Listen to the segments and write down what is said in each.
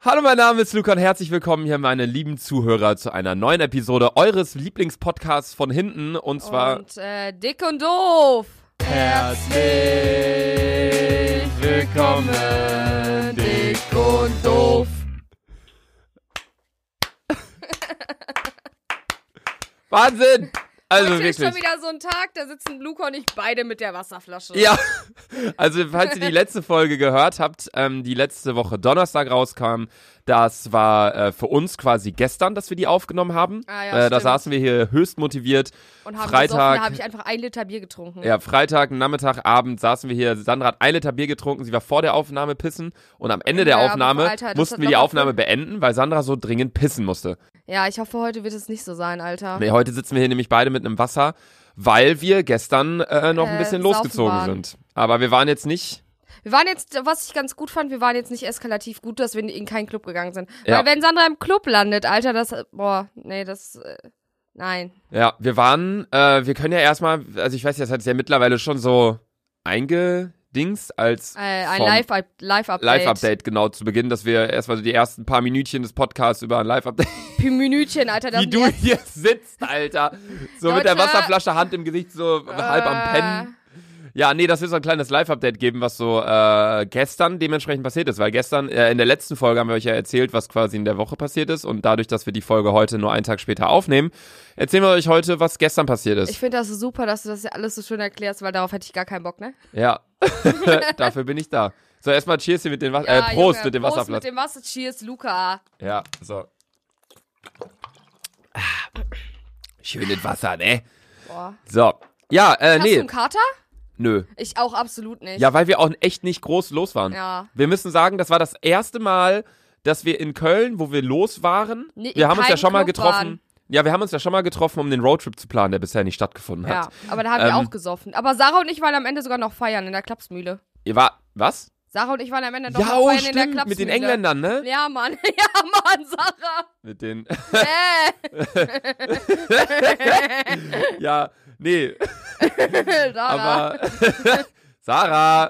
Hallo, mein Name ist Luca und herzlich willkommen hier, meine lieben Zuhörer, zu einer neuen Episode eures Lieblingspodcasts von hinten. Und zwar. Und äh, dick und doof. Herzlich willkommen, dick und doof. Wahnsinn! Also Heute ist wirklich. schon wieder so ein Tag, da sitzen Luca und ich beide mit der Wasserflasche. Ja, also falls ihr die letzte Folge gehört habt, ähm, die letzte Woche Donnerstag rauskam, das war äh, für uns quasi gestern, dass wir die aufgenommen haben. Ah ja, äh, da stimmt. saßen wir hier höchst motiviert. Und haben Freitag- gesoffen, da habe ich einfach ein Liter Bier getrunken. Ja, Freitag, Nachmittag, Abend saßen wir hier. Sandra hat ein Liter Bier getrunken. Sie war vor der Aufnahme pissen. Und am Ende der Ja, aber Aufnahme Alter, das mussten hat wir die noch- Aufnahme beenden, weil Sandra so dringend pissen musste. Ja, ich hoffe, heute wird es nicht so sein, Alter. Nee, heute sitzen wir hier nämlich beide mit einem Wasser, weil wir gestern äh, noch ein Äh, bisschen saufen losgezogen waren. sind. Aber wir waren jetzt nicht. Wir waren jetzt, was ich ganz gut fand, wir waren jetzt nicht eskalativ gut, dass wir in keinen Club gegangen sind. Ja. Weil wenn Sandra im Club landet, Alter, das, boah, nee, das, äh, nein. Ja, wir waren, äh, wir können ja erstmal, also ich weiß, das hat sich ja mittlerweile schon so eingedingst als Äh, ein vom Live-Up- Live-Update. Live-Update genau zu Beginn, dass wir erstmal so die ersten paar Minütchen des Podcasts über ein Live-Update, Minütchen, Alter. Das wie sind du die hier sitzt, Alter. So mit der Leute. Wasserflasche, Hand im Gesicht, so Äh. halb am Pennen. Ja, nee, das wird so ein kleines Live-Update geben, was so äh, gestern dementsprechend passiert ist. Weil gestern, äh, in der letzten Folge haben wir euch ja erzählt, was quasi in der Woche passiert ist. Und dadurch, dass wir die Folge heute nur einen Tag später aufnehmen, erzählen wir euch heute, was gestern passiert ist. Ich finde das so super, dass du das ja alles so schön erklärst, weil darauf hätte ich gar keinen Bock, ne? Ja, dafür bin ich da. So, erstmal Cheers hier mit dem Wasser. äh, Prost mit dem Prost mit Wasserflaschen. dem Wasser. Cheers, Luca. Ja, so. Ah, Schönes Wasser, ne? Boah. So. Ja, äh, Hast du nee. einen Kater? Nö. Ich auch absolut nicht. Ja, weil wir auch echt nicht groß los waren. Ja. Wir müssen sagen, das war das erste Mal, dass wir in Köln, wo wir los waren, Nee, in wir haben uns ja keinem schon mal Club getroffen. waren. Ja, wir haben uns ja schon mal getroffen, um den Roadtrip zu planen, der bisher nicht stattgefunden Ja, hat. aber da haben wir Ähm. auch gesoffen. Aber Sarah und ich waren am Ende sogar noch feiern in der Klapsmühle. Ihr war was? Sarah und ich waren am Ende noch Ja, mal oh, feiern in der stimmt, Klapsmühle. mit den Engländern, ne? Ja, Mann. Ja, Mann, Sarah. Mit den Äh, Ja, nee, Sarah. aber Sarah.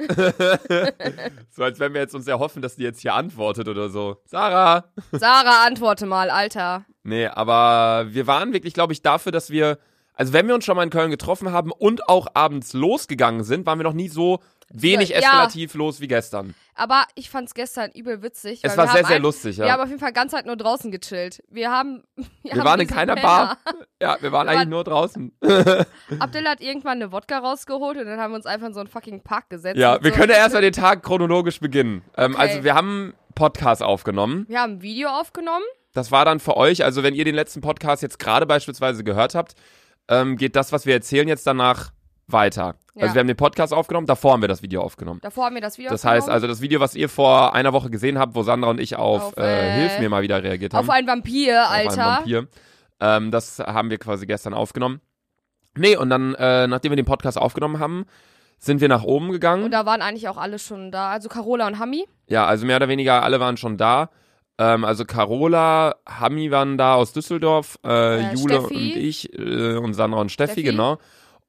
so als wenn wir jetzt uns erhoffen, dass die jetzt hier antwortet oder so. Sarah. Sarah, antworte mal, Alter. Nee, aber wir waren wirklich, glaube ich, dafür, dass wir also wenn wir uns schon mal in Köln getroffen haben und auch abends losgegangen sind, waren wir noch nie so wenig Ja. eskalativ los wie gestern. Aber ich fand's gestern übel witzig. Es weil war wir sehr, haben sehr ein- lustig, ja. Wir haben auf jeden Fall ganz halt nur draußen gechillt. Wir haben. wir Wir, haben waren in diese keiner Penner. Bar. Ja, wir waren Wir eigentlich waren- nur draußen. Abdel hat irgendwann eine Wodka rausgeholt und dann haben wir uns einfach in so einen fucking Park gesetzt. Ja, mit wir so, können ja erstmal den Tag chronologisch beginnen. Ähm, Okay. Also wir haben einen Podcast aufgenommen. Wir haben ein Video aufgenommen. Das war dann für euch, also wenn ihr den letzten Podcast jetzt gerade beispielsweise gehört habt, ähm, geht das, was wir erzählen, jetzt danach weiter. Ja. Also wir haben den Podcast aufgenommen, davor haben wir das Video aufgenommen. Davor haben wir das Video Das aufgenommen. heißt also, das Video, was ihr vor einer Woche gesehen habt, wo Sandra und ich auf, Auf, äh, äh, Hilf mir mal wieder reagiert haben. Auf einen Vampir, auf einen Alter. Vampir. Ähm, das haben wir quasi gestern aufgenommen. Nee, und dann, äh, nachdem wir den Podcast aufgenommen haben, sind wir nach oben gegangen. Und da waren eigentlich auch alle schon da. Also Carola und Hami. Ja, also mehr oder weniger alle waren schon da. Ähm, also Carola, Hami waren da aus Düsseldorf, äh, Äh, Jule Steffi. und ich äh, und Sandra und Steffi, Steffi. genau.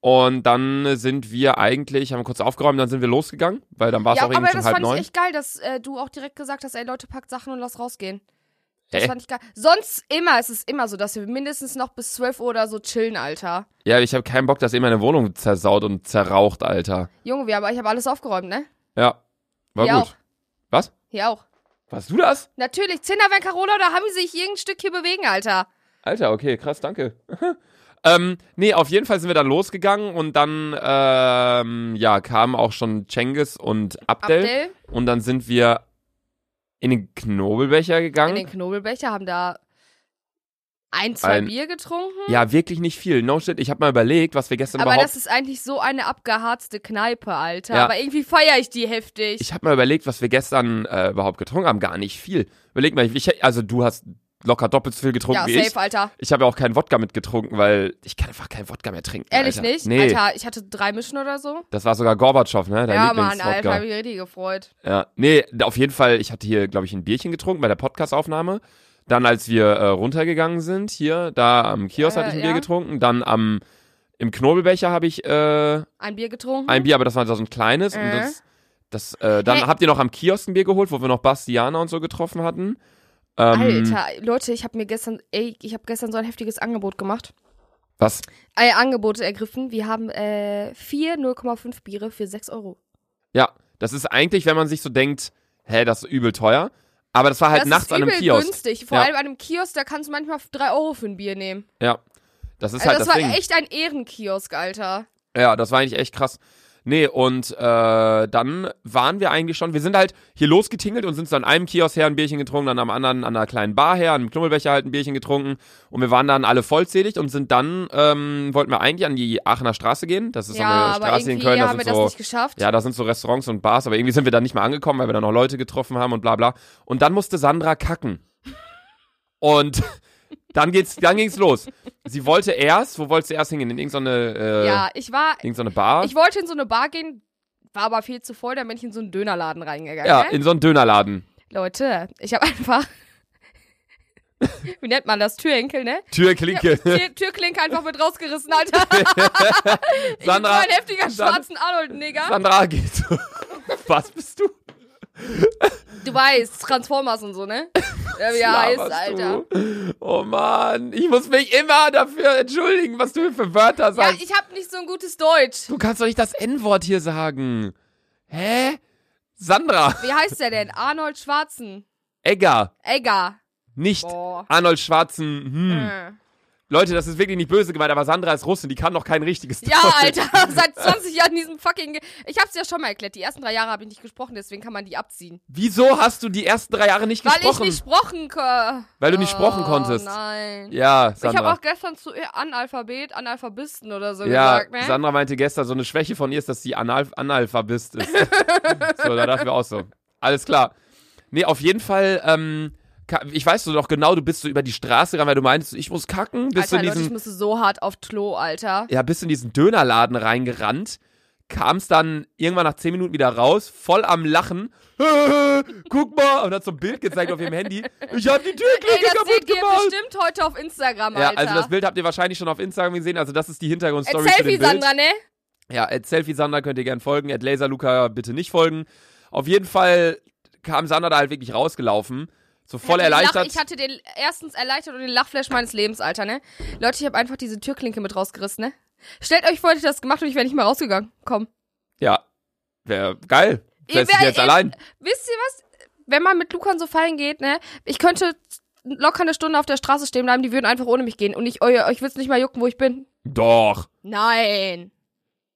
Und dann sind wir eigentlich, haben kurz aufgeräumt, dann sind wir losgegangen, weil dann war es Ja, auch irgendwie aber schon das halb fand neun. ich echt geil, dass äh, du auch direkt gesagt hast, ey Leute, packt Sachen und lass rausgehen. Das Hä? fand ich geil. Sonst immer, es ist immer so, dass wir mindestens noch bis 12 Uhr oder so chillen, Alter. ja, ich habe keinen Bock, dass ihr meine Wohnung zersaut und zerraucht, Alter. Junge, wir haben, ich habe alles aufgeräumt, ne? Ja, war Hier gut. auch. Was? Hier auch. Warst du das? Natürlich, Zinder, wenn Carola oder Hami sich irgendein Stück hier bewegen, Alter. Alter, okay, krass, danke. ähm, nee, auf jeden Fall sind wir dann losgegangen und dann, ähm, ja, kamen auch schon Cengiz und Abdel. Abdel. Und dann sind wir in den Knobelbecher in den gegangen. Knobelbecher, haben da ein, zwei Ein- Bier getrunken. Ja, wirklich nicht viel. No shit, ich habe mal überlegt, was wir gestern aber überhaupt das ist eigentlich so eine abgeharzte Kneipe, Alter. Ja. Aber irgendwie feiere ich die heftig. ich habe mal überlegt, was wir gestern äh, überhaupt getrunken haben, gar nicht viel. Überleg mal, ich also du hast locker doppelt so viel getrunken ja, wie safe, ich. Alter. Ich habe ja auch keinen Wodka mitgetrunken, weil ich kann einfach keinen Wodka mehr trinken. Ehrlich Alter. nicht? Nee, Alter, ich hatte drei Mischen oder so. das war sogar Gorbatschow, ne? Dein ja, Mann, Alter, hab Lieblingswodka. ich richtig gefreut. Ja, nee, auf jeden Fall, ich hatte hier glaube ich ein Bierchen getrunken bei der Podcastaufnahme. Dann als wir äh, runtergegangen sind, hier da am Kiosk Äh, hatte ich ein ja. Bier getrunken, dann am im Knobelbecher habe ich äh, Ein Bier getrunken. ein Bier, aber das war so ein kleines. Und Mhm. Äh. das, Das, äh, dann Hey. habt ihr noch am Kiosk ein Bier geholt, wo wir noch Bastiana und so getroffen hatten. Ähm, Alter, Leute, ich habe mir gestern, ey, ich habe gestern so ein heftiges Angebot gemacht. Was? Äh, Angebote ergriffen. Wir haben äh, vier 0,5 Biere für 6 Euro. Ja, das ist eigentlich, wenn man sich so denkt, hä, das ist übel teuer. Aber das war halt das nachts ist an einem übel Kiosk. günstig. Vor Ja. allem an einem Kiosk, da kannst du manchmal 3 Euro für ein Bier nehmen. Ja, das ist Also halt das das, war Ding. echt ein Ehrenkiosk, Alter. Ja, das war eigentlich echt krass. Nee, und äh, dann waren wir eigentlich schon, wir sind halt hier losgetingelt und sind so an einem Kiosk her ein Bierchen getrunken, dann am anderen an einer kleinen Bar her, an einem Knummelbecher halt ein Bierchen getrunken und wir waren dann alle vollzählig und sind dann, ähm, wollten wir eigentlich an die Aachener Straße gehen, das ist so ja, eine aber Straße irgendwie in Köln, da haben sind wir so, das nicht geschafft. ja, da sind so Restaurants und Bars, aber irgendwie sind wir da nicht mehr angekommen, weil wir da noch Leute getroffen haben und bla bla. Und dann musste Sandra kacken. Und dann geht's, dann ging's los. Sie wollte erst, wo wollte sie erst hingehen? In irgendeine, äh, ja, ich war, irgendeine Bar? ich wollte in so eine Bar gehen, war aber viel zu voll, dann bin ich in so einen Dönerladen reingegangen. Ja, ne? in so einen Dönerladen. Leute, ich habe einfach, wie nennt man das, Türenkel, ne? Türklinke. Tür, Türklinke einfach mit rausgerissen, Alter. so Sandra, ein heftiger Sandra- schwarzen Arnold, Nigga. Sandra geht so. Was bist du? Du weißt, Transformers und so, ne? Ja, wie er Ja, heißt, Alter. Du? Oh Mann, ich muss mich immer dafür entschuldigen, was du mir für Wörter Ja, sagst. ich hab nicht so ein gutes Deutsch. du kannst doch nicht das N-Wort hier sagen. Hä? Sandra, Wie heißt der denn? Arnold Schwarzen. Egger, Egger. nicht Boah. Arnold Schwarzen. Hm. Äh. Leute, das ist wirklich nicht böse gemeint, aber Sandra ist Russin, die kann noch kein richtiges Ja, Deutsch. Alter, seit 20 Jahren diesem fucking. Ge ich hab's ja schon mal erklärt. Die ersten drei Jahre habe ich nicht gesprochen, deswegen kann man die abziehen. Wieso hast du die ersten drei Jahre nicht Weil ich gesprochen? nicht sprochen konnte. Weil du nicht sprochen konntest. Nein. ja, ich habe Sandra. auch gestern zu ihr Analphabet, Analphabisten oder so Ja, gesagt, ne? Sandra meinte gestern, so eine Schwäche von ihr ist, dass sie Anal Analphabist ist. so, da dachten wir auch so. Alles klar. Nee, auf jeden Fall, ähm, ka- ich weiß so noch genau, du bist so über die Straße gegangen, weil du meinst, ich muss kacken, bist du in Alter, Leute, ich diesen, müsste so hart auf Klo, Alter. ja, bist in diesen Dönerladen reingerannt, kamst dann irgendwann nach 10 Minuten wieder raus, voll am Lachen. Guck mal! Und hat so ein Bild gezeigt auf ihrem Handy. Ich hab die Ey, Türklinke das kaputt seht ihr gemacht! bestimmt heute auf Instagram, Ja, Alter. also das Bild habt ihr wahrscheinlich schon auf Instagram gesehen, also das ist die Als Hintergrundstory zu Selfie, dem Bild. Sandra, ne? Ja, at Selfie Sander könnt ihr gern folgen, at Laserluca bitte nicht folgen. Auf jeden Fall kam Sander da halt wirklich rausgelaufen, so voll Ich hatte den erleichtert. Lach, ich hatte den erstens erleichtert und den Lachflash meines Lebens, Alter, ne? Leute, ich habe einfach diese Türklinke mit rausgerissen, ne? Stellt euch vor, ich hätte das gemacht und ich wäre nicht mehr rausgegangen. Komm. ja, wäre geil. Ihr Lässt sich wär- jetzt ihr- allein. Wisst ihr was? Wenn man mit Lukan so fallen geht, ne? Ich könnte locker eine Stunde auf der Straße stehen bleiben, die würden einfach ohne mich gehen und ich eu, euch wird's nicht mal jucken, wo ich bin. Doch. Nein.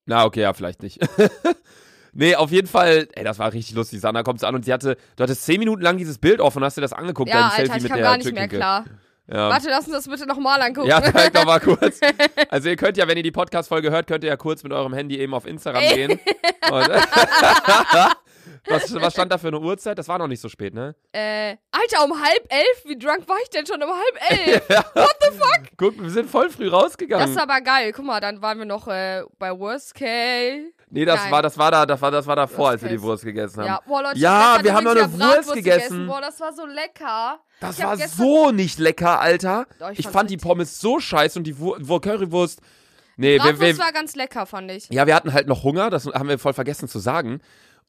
Na, okay, ja, vielleicht nicht. nee, auf jeden Fall, ey, das war richtig lustig. Sander kommt an und sie hatte, du hattest zehn Minuten lang dieses Bild offen, hast dir das angeguckt, Ja, dein Alter, Selfie ich mit kam der gar nicht mehr Türklinke. klar. Ja. Warte, lass uns das bitte nochmal angucken. Ja, zeig doch mal kurz. Also ihr könnt ja, wenn ihr die Podcast-Folge hört, könnt ihr ja kurz mit eurem Handy eben auf Instagram Ey. gehen. Und was, was stand da für eine Uhrzeit? Das war noch nicht so spät, ne? äh, Alter, um halb elf? Wie drunk war ich denn schon um halb elf? Guck, wir sind voll früh Das rausgegangen. ist aber geil. Guck mal, dann waren wir noch äh, bei Worst Case. nee, das nein. war, das war da, das war, das war davor, Worst als wir die case. Wurst gegessen haben. Ja, boah, Leute, Ja, ich wir haben hab gestern noch eine übrigens Wurst Bratwurst gegessen. Boah, das war so lecker. Das Ich hab war gestern- so nicht lecker, Alter. Doch, ich ich fand's fand die richtig- Pommes so scheiße und die Wur Wur- Currywurst. Nee, wir, Bratwurst wir, war ganz lecker, fand ich. Ja, wir hatten halt noch Hunger, das haben wir voll vergessen zu sagen.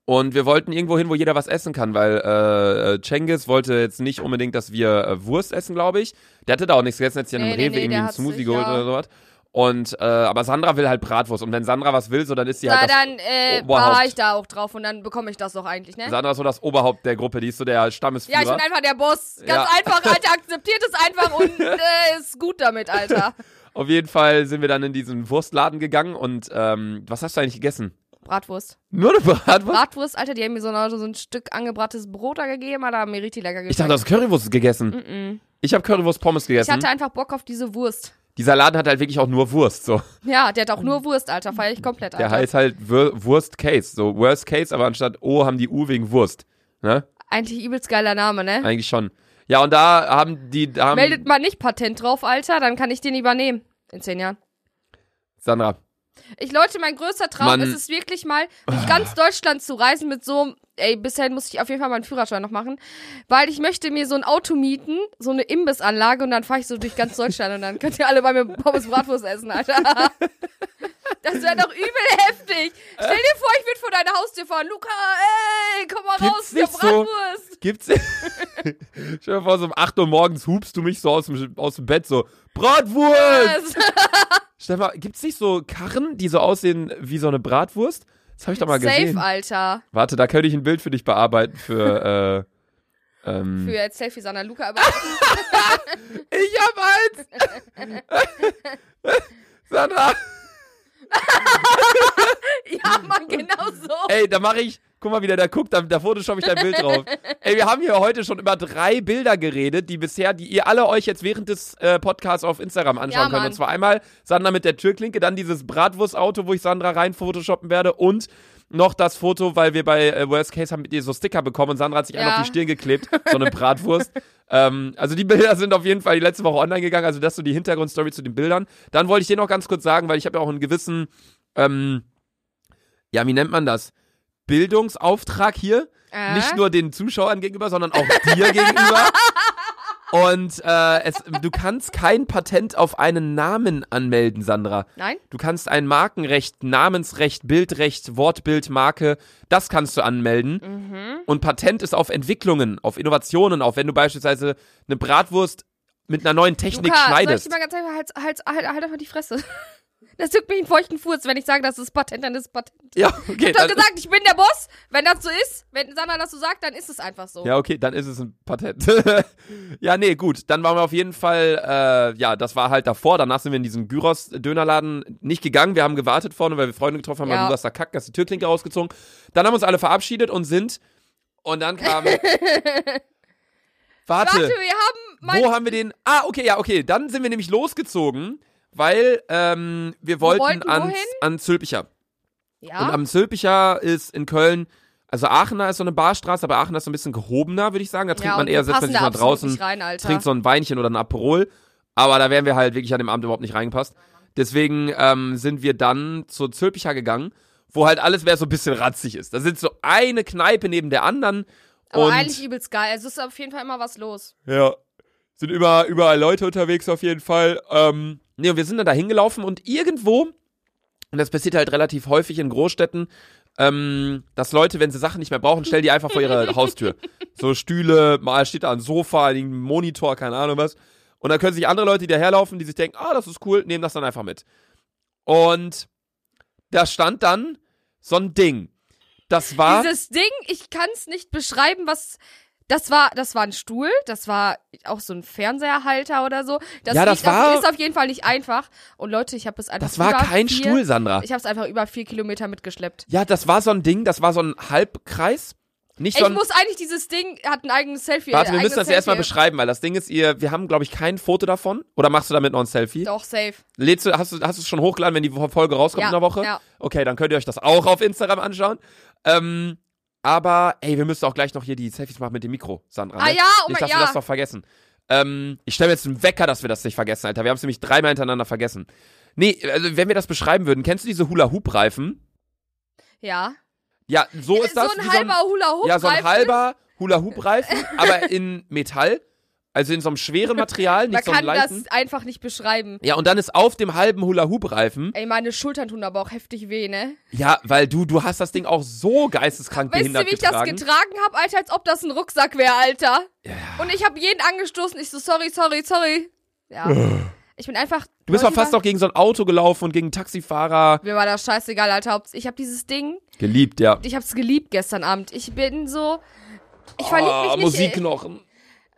Und wir wollten irgendwo hin, wo jeder was essen kann, weil äh, äh, Cengiz wollte jetzt nicht unbedingt, dass wir äh, Wurst essen, glaube ich. Der hatte da auch nichts gegessen, hat sich an Nee, einem nee, Rewe nee, irgendwie der einen hat's Smoothie sich, geholt ja. oder sowas. Und, äh, aber Sandra will halt Bratwurst. Und wenn Sandra was will, so dann ist sie Na, halt das, dann äh, Oberhaupt. war ich da auch drauf und dann bekomme ich das doch eigentlich, ne? Sandra ist so das Oberhaupt der Gruppe, die ist so der Ja, Stammesführer. ich bin einfach der Boss. Ganz Ja. einfach, Alter, akzeptiert es einfach und äh, ist gut damit, Alter. Auf jeden Fall sind wir dann in diesen Wurstladen gegangen und, ähm, was hast du eigentlich gegessen? Bratwurst. Nur eine Bratwurst? Bratwurst, Alter, die haben mir so, eine, so ein Stück angebrates Brot da gegeben, aber da haben mir richtig lecker Ich dachte, du geschmeckt. hast Currywurst gegessen. Mm-mm. Ich habe Currywurst Pommes Ich gegessen. hatte einfach Bock auf diese Wurst. Dieser Laden hat halt wirklich auch nur Wurst, so. Ja, der hat auch nur Wurst, Alter. Feier ich komplett, Alter. Der heißt halt Wur Worst Case. So Worst Case, aber anstatt O haben die U wegen Wurst. Ne? Eigentlich übelst geiler Name, ne? Eigentlich schon. Ja, und da haben die da haben Meldet mal nicht Patent drauf, Alter, dann kann ich den übernehmen. In zehn Jahren. Sandra. Ich, Leute, mein größter Traum Mann. ist es wirklich mal, durch ganz Ah. Deutschland zu reisen mit so, einem- ey, bisher muss ich auf jeden Fall meinen Führerschein noch machen, weil ich möchte mir so ein Auto mieten, so eine Imbissanlage und dann fahre ich so durch ganz Deutschland und dann könnt ihr alle bei mir Pommes Bratwurst essen, Alter. Das wäre doch übel heftig. Stell dir vor, ich würde vor deine Haustür fahren. Luca, ey, komm mal raus, Gibt's ich hab nicht so? Bratwurst. Gibt's. Stell dir vor, so um 8 Uhr morgens hubst du mich so aus dem, aus dem Bett so. Bratwurst! Stell dir mal, gibt's nicht so Karren, die so aussehen wie so eine Bratwurst? Das habe ich doch mal Safe, gesehen. Alter. Warte, da könnte ich ein Bild für dich bearbeiten für. Äh, ähm, Für jetzt Selfies an der Luca, aber Ah. ich hab eins! Sandra! ja, Mann, genau so. Ey, da mache ich, guck mal wieder, da guckt, da, da Photoshop ich dein Bild drauf. Ey, wir haben hier heute schon über drei Bilder geredet, die bisher, die ihr alle euch jetzt während des äh, Podcasts auf Instagram anschauen Ja, könnt. Mann. Und zwar einmal Sandra mit der Türklinke, dann dieses Bratwurstauto, wo ich Sandra rein photoshoppen werde und noch das Foto, weil wir bei äh, Worst Case haben mit ihr so Sticker bekommen und Sandra hat sich einen Ja. auf die Stirn geklebt, so eine Bratwurst. ähm, also die Bilder sind auf jeden Fall die letzte Woche online gegangen, also das ist so die Hintergrundstory zu den Bildern. Dann wollte ich dir noch ganz kurz sagen, weil ich habe ja auch einen gewissen, ähm, ja, wie nennt man das? Bildungsauftrag hier. Äh? Nicht nur den Zuschauern gegenüber, sondern auch dir gegenüber. Und äh, es, du kannst kein Patent auf einen Namen anmelden, Sandra. Nein? Du kannst ein Markenrecht, Namensrecht, Bildrecht, Wortbild, Marke, das kannst du anmelden. Mhm. Und Patent ist auf Entwicklungen, auf Innovationen, auf wenn du beispielsweise eine Bratwurst mit einer neuen Technik Luca, soll ich schneidest. dir mal ganz einfach, halt, halt, halt, halt einfach die Fresse. Das juckt mich einen feuchten Furz, wenn ich sage, das ist Patent, dann ist es Patent. Ja, okay. Ich hab dann- gesagt, ich bin der Boss. Wenn das so ist, wenn Sandra das so sagt, dann ist es einfach so. Ja, okay, dann ist es ein Patent. ja, nee, gut. Dann waren wir auf jeden Fall, äh, ja, das war halt davor. Danach sind wir in diesen Gyros-Dönerladen nicht gegangen. Wir haben gewartet vorne, weil wir Freunde getroffen haben. Ja. Haben du hast da kackt, hast die Türklinke rausgezogen. Dann haben uns alle verabschiedet und sind. Und dann kam. Warte, warte, wir haben mein, wo haben wir den? Ah, okay, ja, okay. Dann sind wir nämlich losgezogen, weil ähm, wir wollten, wollten ans, wohin? an Zülpicher. Und ja, am Zülpicher ist in Köln, also Aachener ist so eine Barstraße, aber Aachener ist so ein bisschen gehobener, würde ich sagen. Da trinkt ja, man und eher, wir setzt man passen sich da mal absolut draußen, nicht rein, Alter. trinkt so ein Weinchen oder ein Aperol. Aber da wären wir halt wirklich an dem Abend überhaupt nicht reingepasst. Deswegen ähm, sind wir dann zur Zülpicher gegangen, wo halt alles mehr so ein bisschen ratzig ist. Da sind so eine Kneipe neben der anderen. aber und eigentlich übelst geil. Also es ist auf jeden Fall immer was los. ja. Sind immer, überall Leute unterwegs auf jeden Fall. Ähm, nee, und wir sind dann da hingelaufen und irgendwo, und das passiert halt relativ häufig in Großstädten, ähm, dass Leute, wenn sie Sachen nicht mehr brauchen, stellen die einfach vor ihre Haustür. So Stühle, mal steht da ein Sofa, ein Monitor, keine Ahnung was. Und dann können sich andere Leute, die daherlaufen, die sich denken, ah, das ist cool, nehmen das dann einfach mit. Und da stand dann so ein Ding. Das war. Dieses Ding, ich kann es nicht beschreiben, was das war, das war ein Stuhl, das war auch so ein Fernseherhalter oder so. Das, Ja, das liegt- war- ist auf jeden Fall nicht einfach. Und Leute, ich habe es einfach das war über kein vier, Stuhl, Sandra. Ich habe es einfach über vier Kilometer mitgeschleppt. Ja, das war so ein Ding, das war so ein Halbkreis. Nicht so Ich ein, muss eigentlich dieses Ding hat ein eigenes Selfie. warte, wir ein müssen das eigenes erstmal Selfie. beschreiben, weil das Ding ist, ihr, wir haben, glaube ich, kein Foto davon. Oder machst du damit noch ein Selfie? Doch safe. Lädst du, hast du, hast du es schon hochgeladen, wenn die Wo- Folge rauskommt Ja, in der Woche? ja. Okay, dann könnt ihr euch das auch auf Instagram anschauen. Ähm, aber, ey, wir müssen auch gleich noch hier die Selfies machen mit dem Mikro, Sandra. Ah ne? ja, oh Nicht, dass mein Gott. wir das Ja. doch vergessen. Ähm, ich stelle mir jetzt einen Wecker, dass wir das nicht vergessen, Alter. Wir haben es nämlich dreimal hintereinander vergessen. Nee, also, wenn wir das beschreiben würden, kennst du diese Hula-Hoop-Reifen? ja. Ja, so ist das. so wie ein halber Hula Hoop. Ja, so ein halber Hula-Hoop-Reifen, aber in Metall. Also in so einem schweren Material, Man nicht so einem kann leichten. das einfach nicht beschreiben. Ja, und dann ist auf dem halben Hula-Hoop-Reifen. Ey, meine Schultern tun aber auch heftig weh, ne? Ja, weil du, du hast das Ding auch so geisteskrank Weißt du, behindert wie ich das getragen. getragen habe, Alter, als ob das ein Rucksack wäre, Alter. Und ich habe jeden angestoßen. Ich so, sorry, sorry, sorry. Ja. Ich bin einfach. du bist Leute, doch fast noch gegen so ein Auto gelaufen und gegen einen Taxifahrer. Mir war das scheißegal, Alter. Haupts- Ich habe dieses Ding. Geliebt, ja. Ich hab's geliebt gestern Abend. Ich bin so. Ich verlieb mich Ah, nicht. Musikknochen.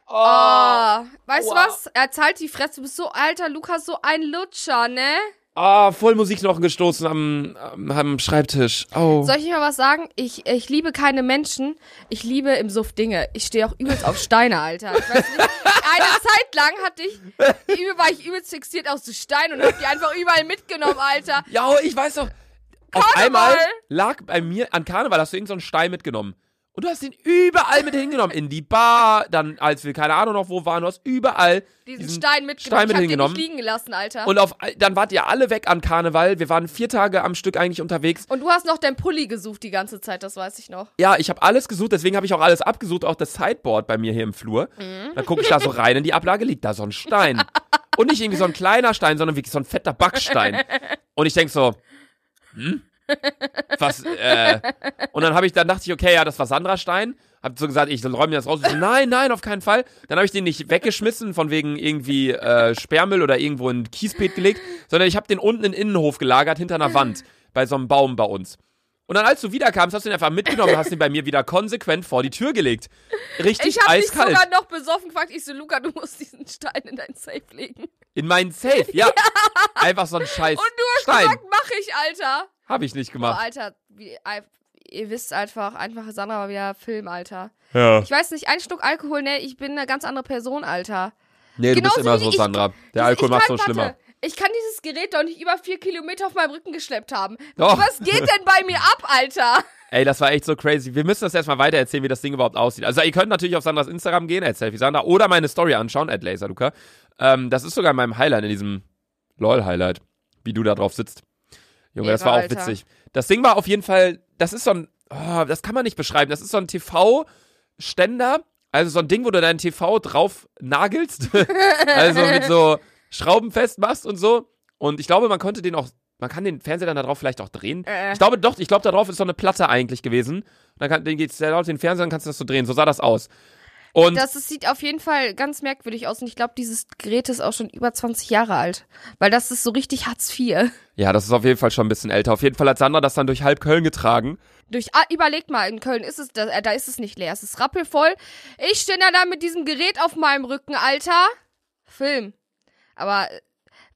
Ah, weißt du Aua. was? Er zahlt die Fresse. Du bist so alter Lukas, so ein Lutscher, ne? Ah, voll Musikknochen gestoßen am, am, am Schreibtisch. Au. Soll ich dir mal was sagen? Ich, ich liebe keine Menschen. Ich liebe im Suff Dinge. Ich stehe auch übelst auf Steine, Alter. Ich weiß nicht. Eine Zeit lang hatte ich, übel war ich übelst fixiert auf so Steine und hab die einfach überall mitgenommen, Alter. Ja, ich weiß doch. Auf Karneval. einmal lag bei mir an Karneval hast du irgendeinen so einen Stein mitgenommen. Und du hast ihn überall mit hingenommen. In die Bar, dann als wir keine Ahnung noch wo waren, du hast überall Diesen, Stein mitgenommen. Stein mit ich hab hingenommen. den nicht liegen gelassen, Alter. Und, Und auf, ein- dann wart ihr alle weg an Karneval. Wir waren vier Tage am Stück eigentlich unterwegs. du hast noch deinen Pulli gesucht die ganze Zeit, das weiß ich noch. Ja, ich habe alles gesucht, deswegen habe ich auch alles abgesucht, auch das Sideboard bei mir hier im Flur. Mhm. Dann gucke ich da so rein in die Ablage, liegt da so ein Stein. Und nicht irgendwie so ein kleiner Stein, sondern wirklich so ein fetter Backstein. Und ich denk so, hm? Was, äh? Und dann habe ich, dann dachte ich, okay, ja, das war Sandra Stein. Hab so gesagt, ich räume das raus. Ich so, nein, nein, auf keinen Fall. Dann habe ich den nicht weggeschmissen, von wegen irgendwie äh, Sperrmüll oder irgendwo in ein Kiesbeet gelegt, sondern ich habe den unten in den Innenhof gelagert, hinter einer Wand, bei so einem Baum bei uns. Und dann, als du wiederkamst, hast du ihn einfach mitgenommen und hast ihn bei mir wieder konsequent vor die Tür gelegt. Richtig ich habe dich eiskalt. sogar noch besoffen gefragt. Ich so, Luca, du musst diesen Stein in dein Safe legen. Und In meinen Safe, ja. Einfach so ein Scheiß. du hast Stein. gesagt, mach ich, Alter. Habe ich nicht Oh, gemacht. Alter, wie, ein- ihr wisst einfach, einfache Sandra war wieder Film, Alter. Ja. Ich weiß nicht, ein Schluck Alkohol, ne, ich bin eine ganz andere Person, Alter. Nee, du Genauso bist immer wie so, ich- Sandra. Der Ich- Alkohol ich macht kann- so schlimmer. warte, Ich kann dieses Gerät doch nicht über vier Kilometer auf meinem Rücken geschleppt haben. Doch. Was geht denn bei mir ab, Alter? Ey, das war echt so crazy. Wir müssen das erstmal weiter erzählen, wie das Ding überhaupt aussieht. Also ihr könnt natürlich auf Sandras Instagram gehen, at Selfie Sandra, oder meine Story anschauen, at LaserLuca. Ähm, das ist sogar in meinem Highlight, in diesem LOL-Highlight, wie du da drauf sitzt. Junge, das Ehre, war auch Alter. witzig. Das Ding war auf jeden Fall, das ist so ein, oh, das kann man nicht beschreiben, das ist so ein TV-Ständer, also so ein Ding, wo du deinen TV drauf nagelst, also mit so Schrauben festmachst und so. Und ich glaube, man konnte den auch, man kann den Fernseher dann da drauf vielleicht auch drehen. Äh. Ich glaube doch, ich glaube, da drauf ist so eine Platte eigentlich gewesen. Und dann kann, den geht's sehr laut den Fernseher, dann kannst du das so drehen. So sah das aus. Und Das, das sieht auf jeden Fall ganz merkwürdig aus und ich glaube, dieses Gerät ist auch schon über 20 Jahre alt. Weil das ist so richtig Hartz IV. ja, das ist auf jeden Fall schon ein bisschen älter. Auf jeden Fall hat Sandra das dann durch halb Köln getragen. Durch, ah, überlegt mal, in Köln ist es, da, äh, da ist es nicht leer, es ist rappelvoll. Ich stehe da, da mit diesem Gerät auf meinem Rücken, Alter. Film. Aber äh,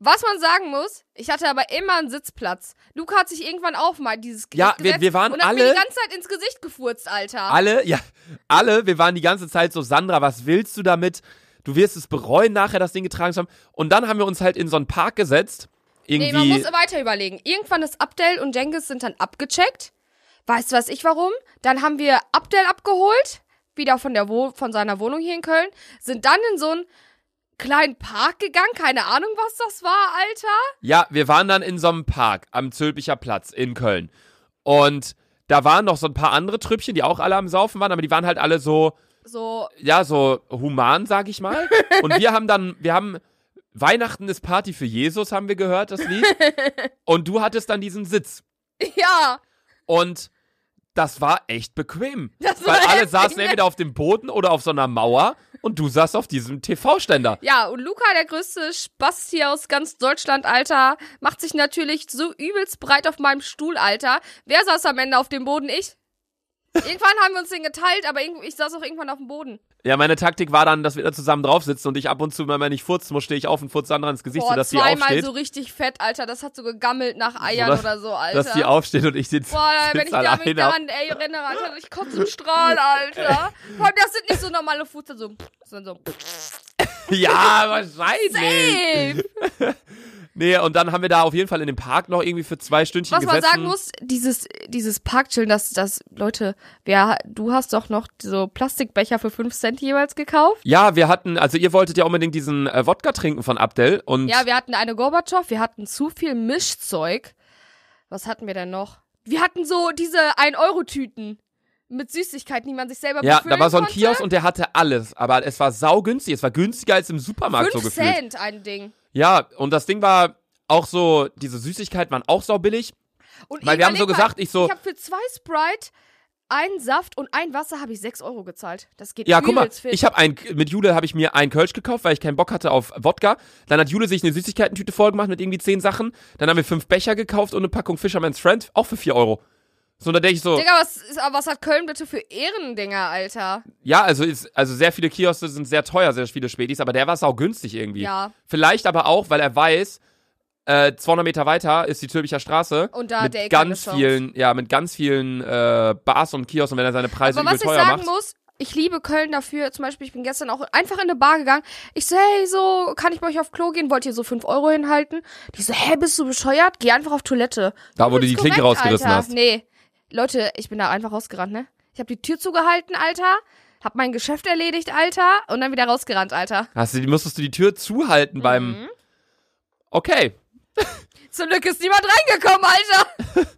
was man sagen muss, ich hatte aber immer einen Sitzplatz. Luca hat sich irgendwann auch mal dieses Gerät Ja, wir- gesetzt wir waren und hat mir alle- die ganze Zeit ins Gesicht gefurzt, Alter. Alle, ja, alle, wir waren die ganze Zeit so, Sandra, was willst du damit? Du wirst es bereuen, nachher das Ding getragen zu haben. Und dann haben wir uns halt in so einen Park gesetzt. Nee, Irgendwie. man muss weiter überlegen. Irgendwann ist Abdel und Jengis sind dann abgecheckt. Weißt du, was ich warum? Dann haben wir Abdel abgeholt, wieder von, der Wo von seiner Wohnung hier in Köln, sind dann in so einen kleinen Park gegangen. Keine Ahnung, was das war, Alter. Ja, wir waren dann in so einem Park am Zülpicher Platz in Köln. Und da waren noch so ein paar andere Trüppchen, die auch alle am Saufen waren, aber die waren halt alle so, So, ja, so human, sag ich mal. Und wir haben dann, wir haben Weihnachten ist Party für Jesus, haben wir gehört, das Lied. Und du hattest dann diesen Sitz. ja. Und das war echt bequem. Das war weil alle heftig, saßen ne? entweder auf dem Boden oder auf so einer Mauer und du saßt auf diesem TV-Ständer. Ja, und Luca, der größte Spaß hier aus ganz Deutschland, Alter, macht sich natürlich so übelst breit auf meinem Stuhl, Alter. Wer saß am Ende auf dem Boden? Ich. Irgendwann haben wir uns den geteilt, aber irgend- ich saß auch irgendwann auf dem Boden. Ja, meine Taktik war dann, dass wir da zusammen drauf sitzen und ich ab und zu, mal, wenn ich furzen muss, stehe ich auf und furze anderen ins Gesicht, Boah, sodass die zweimal aufsteht. so richtig fett, Alter. Das hat so gegammelt nach Eiern dass- oder so, Alter. dass die aufsteht und ich sitze Boah, wenn sitz ich da allein mit da daran, ey, erinnere, Alter, ich kotze im Strahl, Alter. Vor allem, das sind nicht so normale Futter, so, sondern so, Ja, wahrscheinlich. ey. Nee, und dann haben wir da auf jeden Fall in dem Park noch irgendwie für zwei Stündchen Was man gesessen. sagen muss, dieses, dieses Parkchillen, das, das, Leute, wer, du hast doch noch so Plastikbecher für 5 Cent jeweils gekauft. Ja, wir hatten, also ihr wolltet ja unbedingt diesen äh, Wodka trinken von Abdel und Ja, wir hatten eine Gorbatschow, wir hatten zu viel Mischzeug. Was hatten wir denn noch? Wir hatten so diese 1-Euro-Tüten mit Süßigkeiten, die man sich selber Ja, befüllen da war so ein konnte. Kiosk und der hatte alles, aber es war saugünstig, es war günstiger als im Supermarkt so 5 gefühlt. Cent ein Ding. Ja, und das Ding war auch so, diese Süßigkeiten waren auch saubillig, Und weil wir haben so überleg mal, gesagt, ich so, Ich habe für zwei Sprite, einen Saft und ein Wasser habe ich 6 Euro gezahlt. Das geht Ja, übelst guck mal, fit. ich habe ein mit Jule habe ich mir einen Kölsch gekauft, weil ich keinen Bock hatte auf Wodka. Dann hat Jule sich eine Süßigkeitentüte vollgemacht mit irgendwie zehn Sachen. Dann haben wir fünf Becher gekauft und eine Packung Fisherman's Friend, auch für vier Euro. So, da denke ich so, Digga, was, ist, was hat Köln bitte für Ehrendinger, Alter? ja, also ist, also sehr viele Kioske sind sehr teuer, sehr viele Spätis, aber der war auch günstig irgendwie. Ja. Vielleicht aber auch, weil er weiß, äh, 200 Meter weiter ist die Türbicher Straße Und da hat mit er eh keine ganz Chance. vielen, ja, mit ganz vielen äh, Bars und Kiosken, wenn er seine Preise Aber übel was ich Also teuer sagen macht. muss, ich liebe Köln dafür. Zum Beispiel, ich bin gestern auch einfach in eine Bar gegangen. Ich so, hey, so, kann ich bei euch auf Klo gehen? Wollt ihr so 5 Euro hinhalten? Die so, hä, bist du bescheuert? Geh einfach auf Toilette. da, wo du Ist die Klinke korrekt, rausgerissen Alter. hast. Nee. Leute, ich bin da einfach rausgerannt, ne? Ich habe die Tür zugehalten, Alter. Hab mein Geschäft erledigt, Alter. Und dann wieder rausgerannt, Alter. Hast du, musstest du die Tür zuhalten Mhm. beim. Okay. Zum Glück ist niemand reingekommen, Alter.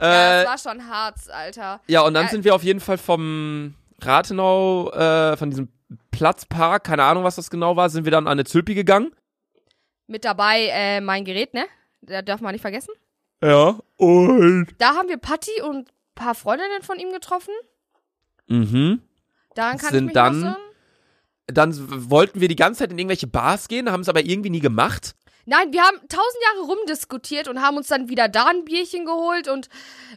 ja, Äh, das war schon hart, Alter. ja, und dann Ja. sind wir auf jeden Fall vom Rathenau, äh, von diesem Platzpark, keine Ahnung, was das genau war, sind wir dann an eine Zülpi gegangen. Mit dabei äh, mein Gerät, ne? Da darf man nicht vergessen. Ja. Und. Da haben wir Patti und ein paar Freundinnen von ihm getroffen. Mhm. Daran kann Sind ich mich dann- noch erinnern. Dann w- wollten wir die ganze Zeit in irgendwelche Bars gehen, haben es aber irgendwie nie gemacht. Nein, wir haben tausend Jahre rumdiskutiert und haben uns dann wieder da ein Bierchen geholt und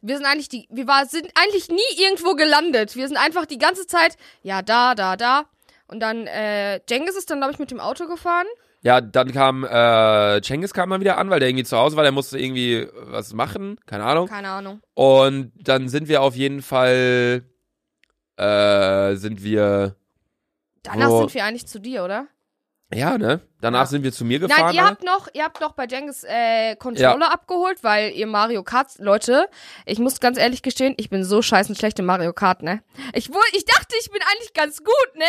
wir sind eigentlich die, wir war, sind eigentlich nie irgendwo gelandet. Wir sind einfach die ganze Zeit, ja, da, da, da. Und dann, äh, Jengis ist dann, glaube ich, mit dem Auto gefahren. Ja, dann kam äh, Cengiz kam mal wieder an, weil der irgendwie zu Hause war, der musste irgendwie was machen, keine Ahnung. Keine Ahnung. Und dann sind wir auf jeden Fall äh, sind wir Danach Wo- sind wir eigentlich zu dir, oder? ja, ne? Danach Ja. sind wir zu mir gefahren. Nein, ihr alle. habt noch, ihr habt noch bei Jengis äh, Controller abgeholt, weil ihr Mario Kart, Leute, ich muss ganz ehrlich gestehen, ich bin so scheißen schlecht in Mario Kart, ne? Ich wohl, ich dachte, ich bin eigentlich ganz gut, ne?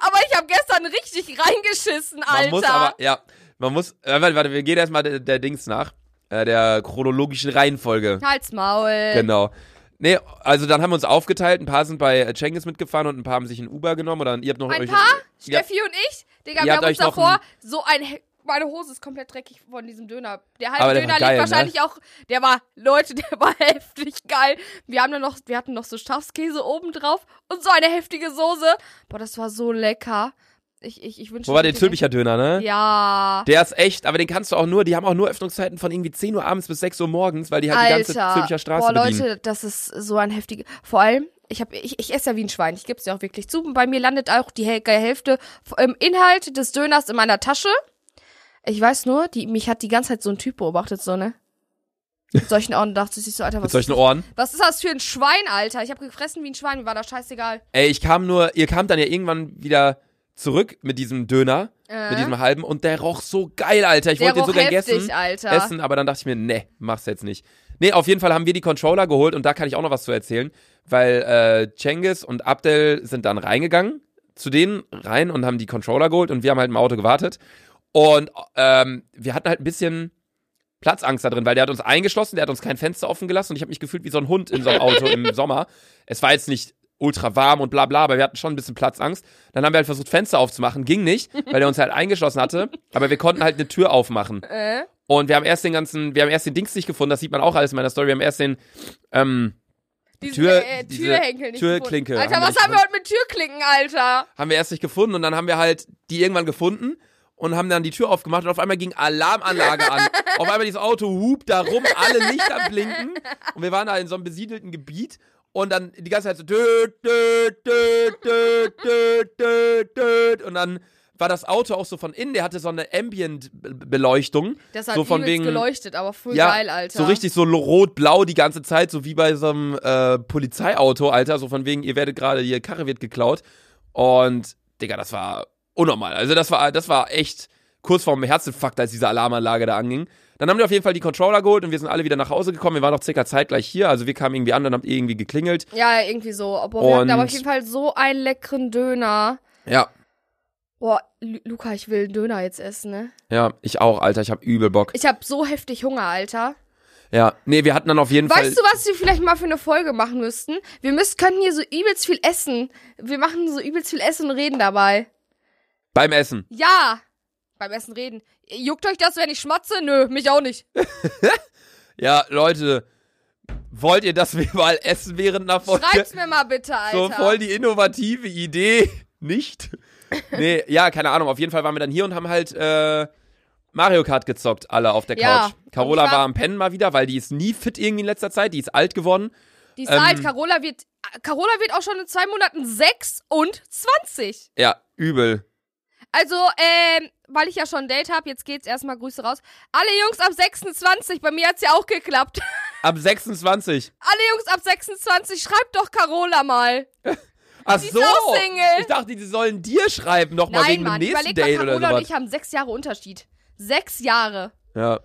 Aber ich habe gestern richtig reingeschissen, Alter. Man muss aber, ja, man muss, äh, warte, warte, wir gehen erstmal der, der Dings nach, äh, der chronologischen Reihenfolge. Halt's Maul. Genau. Nee, also dann haben wir uns aufgeteilt, ein paar sind bei äh, Cengiz mitgefahren und ein paar haben sich ein Uber genommen oder ihr habt noch Ein euch, paar, Ja. Steffi und ich, Digga, Ihr wir habt haben euch uns noch davor ein- so ein, He- meine Hose ist komplett dreckig von diesem Döner. Der halbe Aber der war Döner liegt geil, ne? wahrscheinlich auch, der war, Leute, der war heftig geil. Wir haben dann noch, wir hatten noch so Schafskäse oben drauf und so eine heftige Soße. Boah, das war so lecker. Ich, ich, ich wünsche Wo war mir der den echt- Zülpicher Döner, ne? Ja. Der ist echt, aber den kannst du auch nur, die haben auch nur Öffnungszeiten von irgendwie 10 Uhr abends bis 6 Uhr morgens, weil die halt die ganze Zülpicher Straße Boah, Leute, bedienen. das ist so ein heftiger. Vor allem, ich, hab, ich, ich esse ja wie ein Schwein. Ich gebe es ja auch wirklich zu. Bei mir landet auch die Hel- Hälfte im Inhalt des Döners in meiner Tasche. Ich weiß nur, die, mich hat die ganze Zeit so ein Typ beobachtet, so, ne? Mit solchen Ohren dachte ich so, Alter, Mit was, solchen Ohren. was ist das für ein Schwein, Alter? Ich habe gefressen wie ein Schwein, mir war das scheißegal. Ey, ich kam nur, ihr kamt dann ja irgendwann wieder zurück mit diesem Döner, Äh, mit diesem halben und der roch so geil, Alter. Ich der wollte den roch so gern heftig, essen. Alter. essen, aber dann dachte ich mir, nee, mach's jetzt nicht. Nee, auf jeden Fall haben wir die Controller geholt und da kann ich auch noch was zu erzählen, weil äh, Cengiz und Abdel sind dann reingegangen, zu denen rein und haben die Controller geholt und wir haben halt im Auto gewartet. Und ähm, wir hatten halt ein bisschen Platzangst da drin, weil der hat uns eingeschlossen, der hat uns kein Fenster offen gelassen und ich habe mich gefühlt wie so ein Hund in so einem Auto im Sommer. Es war jetzt nicht ultra warm und bla bla, aber wir hatten schon ein bisschen Platzangst. Dann haben wir halt versucht, Fenster aufzumachen, ging nicht, weil der uns halt eingeschlossen hatte, aber wir konnten halt eine Tür aufmachen. Äh, Und wir haben erst den ganzen, wir haben erst den Dings nicht gefunden, das sieht man auch alles in meiner Story. Wir haben erst den, ähm, diesen, Tür- äh, diese Türhenkel nicht Türklinke gefunden. haben Alter, wir was nicht haben wir heute mit Türklinken, Alter? haben wir erst nicht gefunden und dann haben wir halt die irgendwann gefunden und haben dann die Tür aufgemacht und auf einmal ging Alarmanlage an. auf einmal dieses Auto hupt da rum, alle Lichter blinken und wir waren da in so einem besiedelten Gebiet und dann die ganze Zeit so töt, töt, töt, töt, töt, töt, töt. und dann war das Auto auch so von innen, der hatte so eine Ambient-Beleuchtung. Das hat so von übelst wegen, geleuchtet, aber voll geil, Alter. So richtig so rot-blau die ganze Zeit, so wie bei so einem äh, Polizeiauto, Alter. So von wegen, ihr werdet gerade, ihr Karre wird geklaut. Und, Digga, das war unnormal. Also das war, das war echt kurz vorm Herzinfarkt, als diese Alarmanlage da anging. Dann haben wir auf jeden Fall die Controller geholt und wir sind alle wieder nach Hause gekommen. Wir waren noch circa zeitgleich hier. Also wir kamen irgendwie an, dann habt ihr irgendwie geklingelt. Ja, irgendwie so. Boah, wir hatten Und- aber auf jeden Fall so einen leckeren Döner. Ja. Boah, Lu Luca, ich will einen Döner jetzt essen, ne? Ja, ich auch, Alter. Ich hab übel Bock. Ich hab so heftig Hunger, Alter. Ja. Nee, wir hatten dann auf jeden Fall. Weißt du, was wir vielleicht mal für eine Folge machen müssten? Wir müssen, können hier so übelst viel essen. Wir machen so übelst viel Essen und reden dabei. beim Essen. Ja. Beim Essen reden. Juckt euch das, wenn ich schmatze? Nö, mich auch nicht. Ja, Leute. Wollt ihr, dass wir mal essen während einer Folge? Schreibt's mir mal bitte, Alter. So voll die innovative Idee. Nicht? Nee, ja, keine Ahnung. Auf jeden Fall waren wir dann hier und haben halt äh, Mario Kart gezockt, alle auf der Ja. Couch. Carola Und ich war- war am Pennen mal wieder, weil die ist nie fit irgendwie in letzter Zeit. Die ist alt geworden. die ist ähm, alt. Carola wird, Carola wird auch schon in zwei Monaten 26. Ja, übel. Also, ähm, weil ich ja schon ein Date habe, jetzt geht's erstmal Grüße raus. Alle Jungs ab 26, bei mir hat's ja auch geklappt. Ab 26. Alle Jungs ab 26, schreibt doch Carola mal. Ach ist so. auch Single. Ich dachte, die sollen dir schreiben nochmal Nein, wegen Mann, dem nächsten überleg mal, Date oder Carola und sowas. ich haben sechs Jahre Unterschied. Sechs Jahre. Ja. Ja,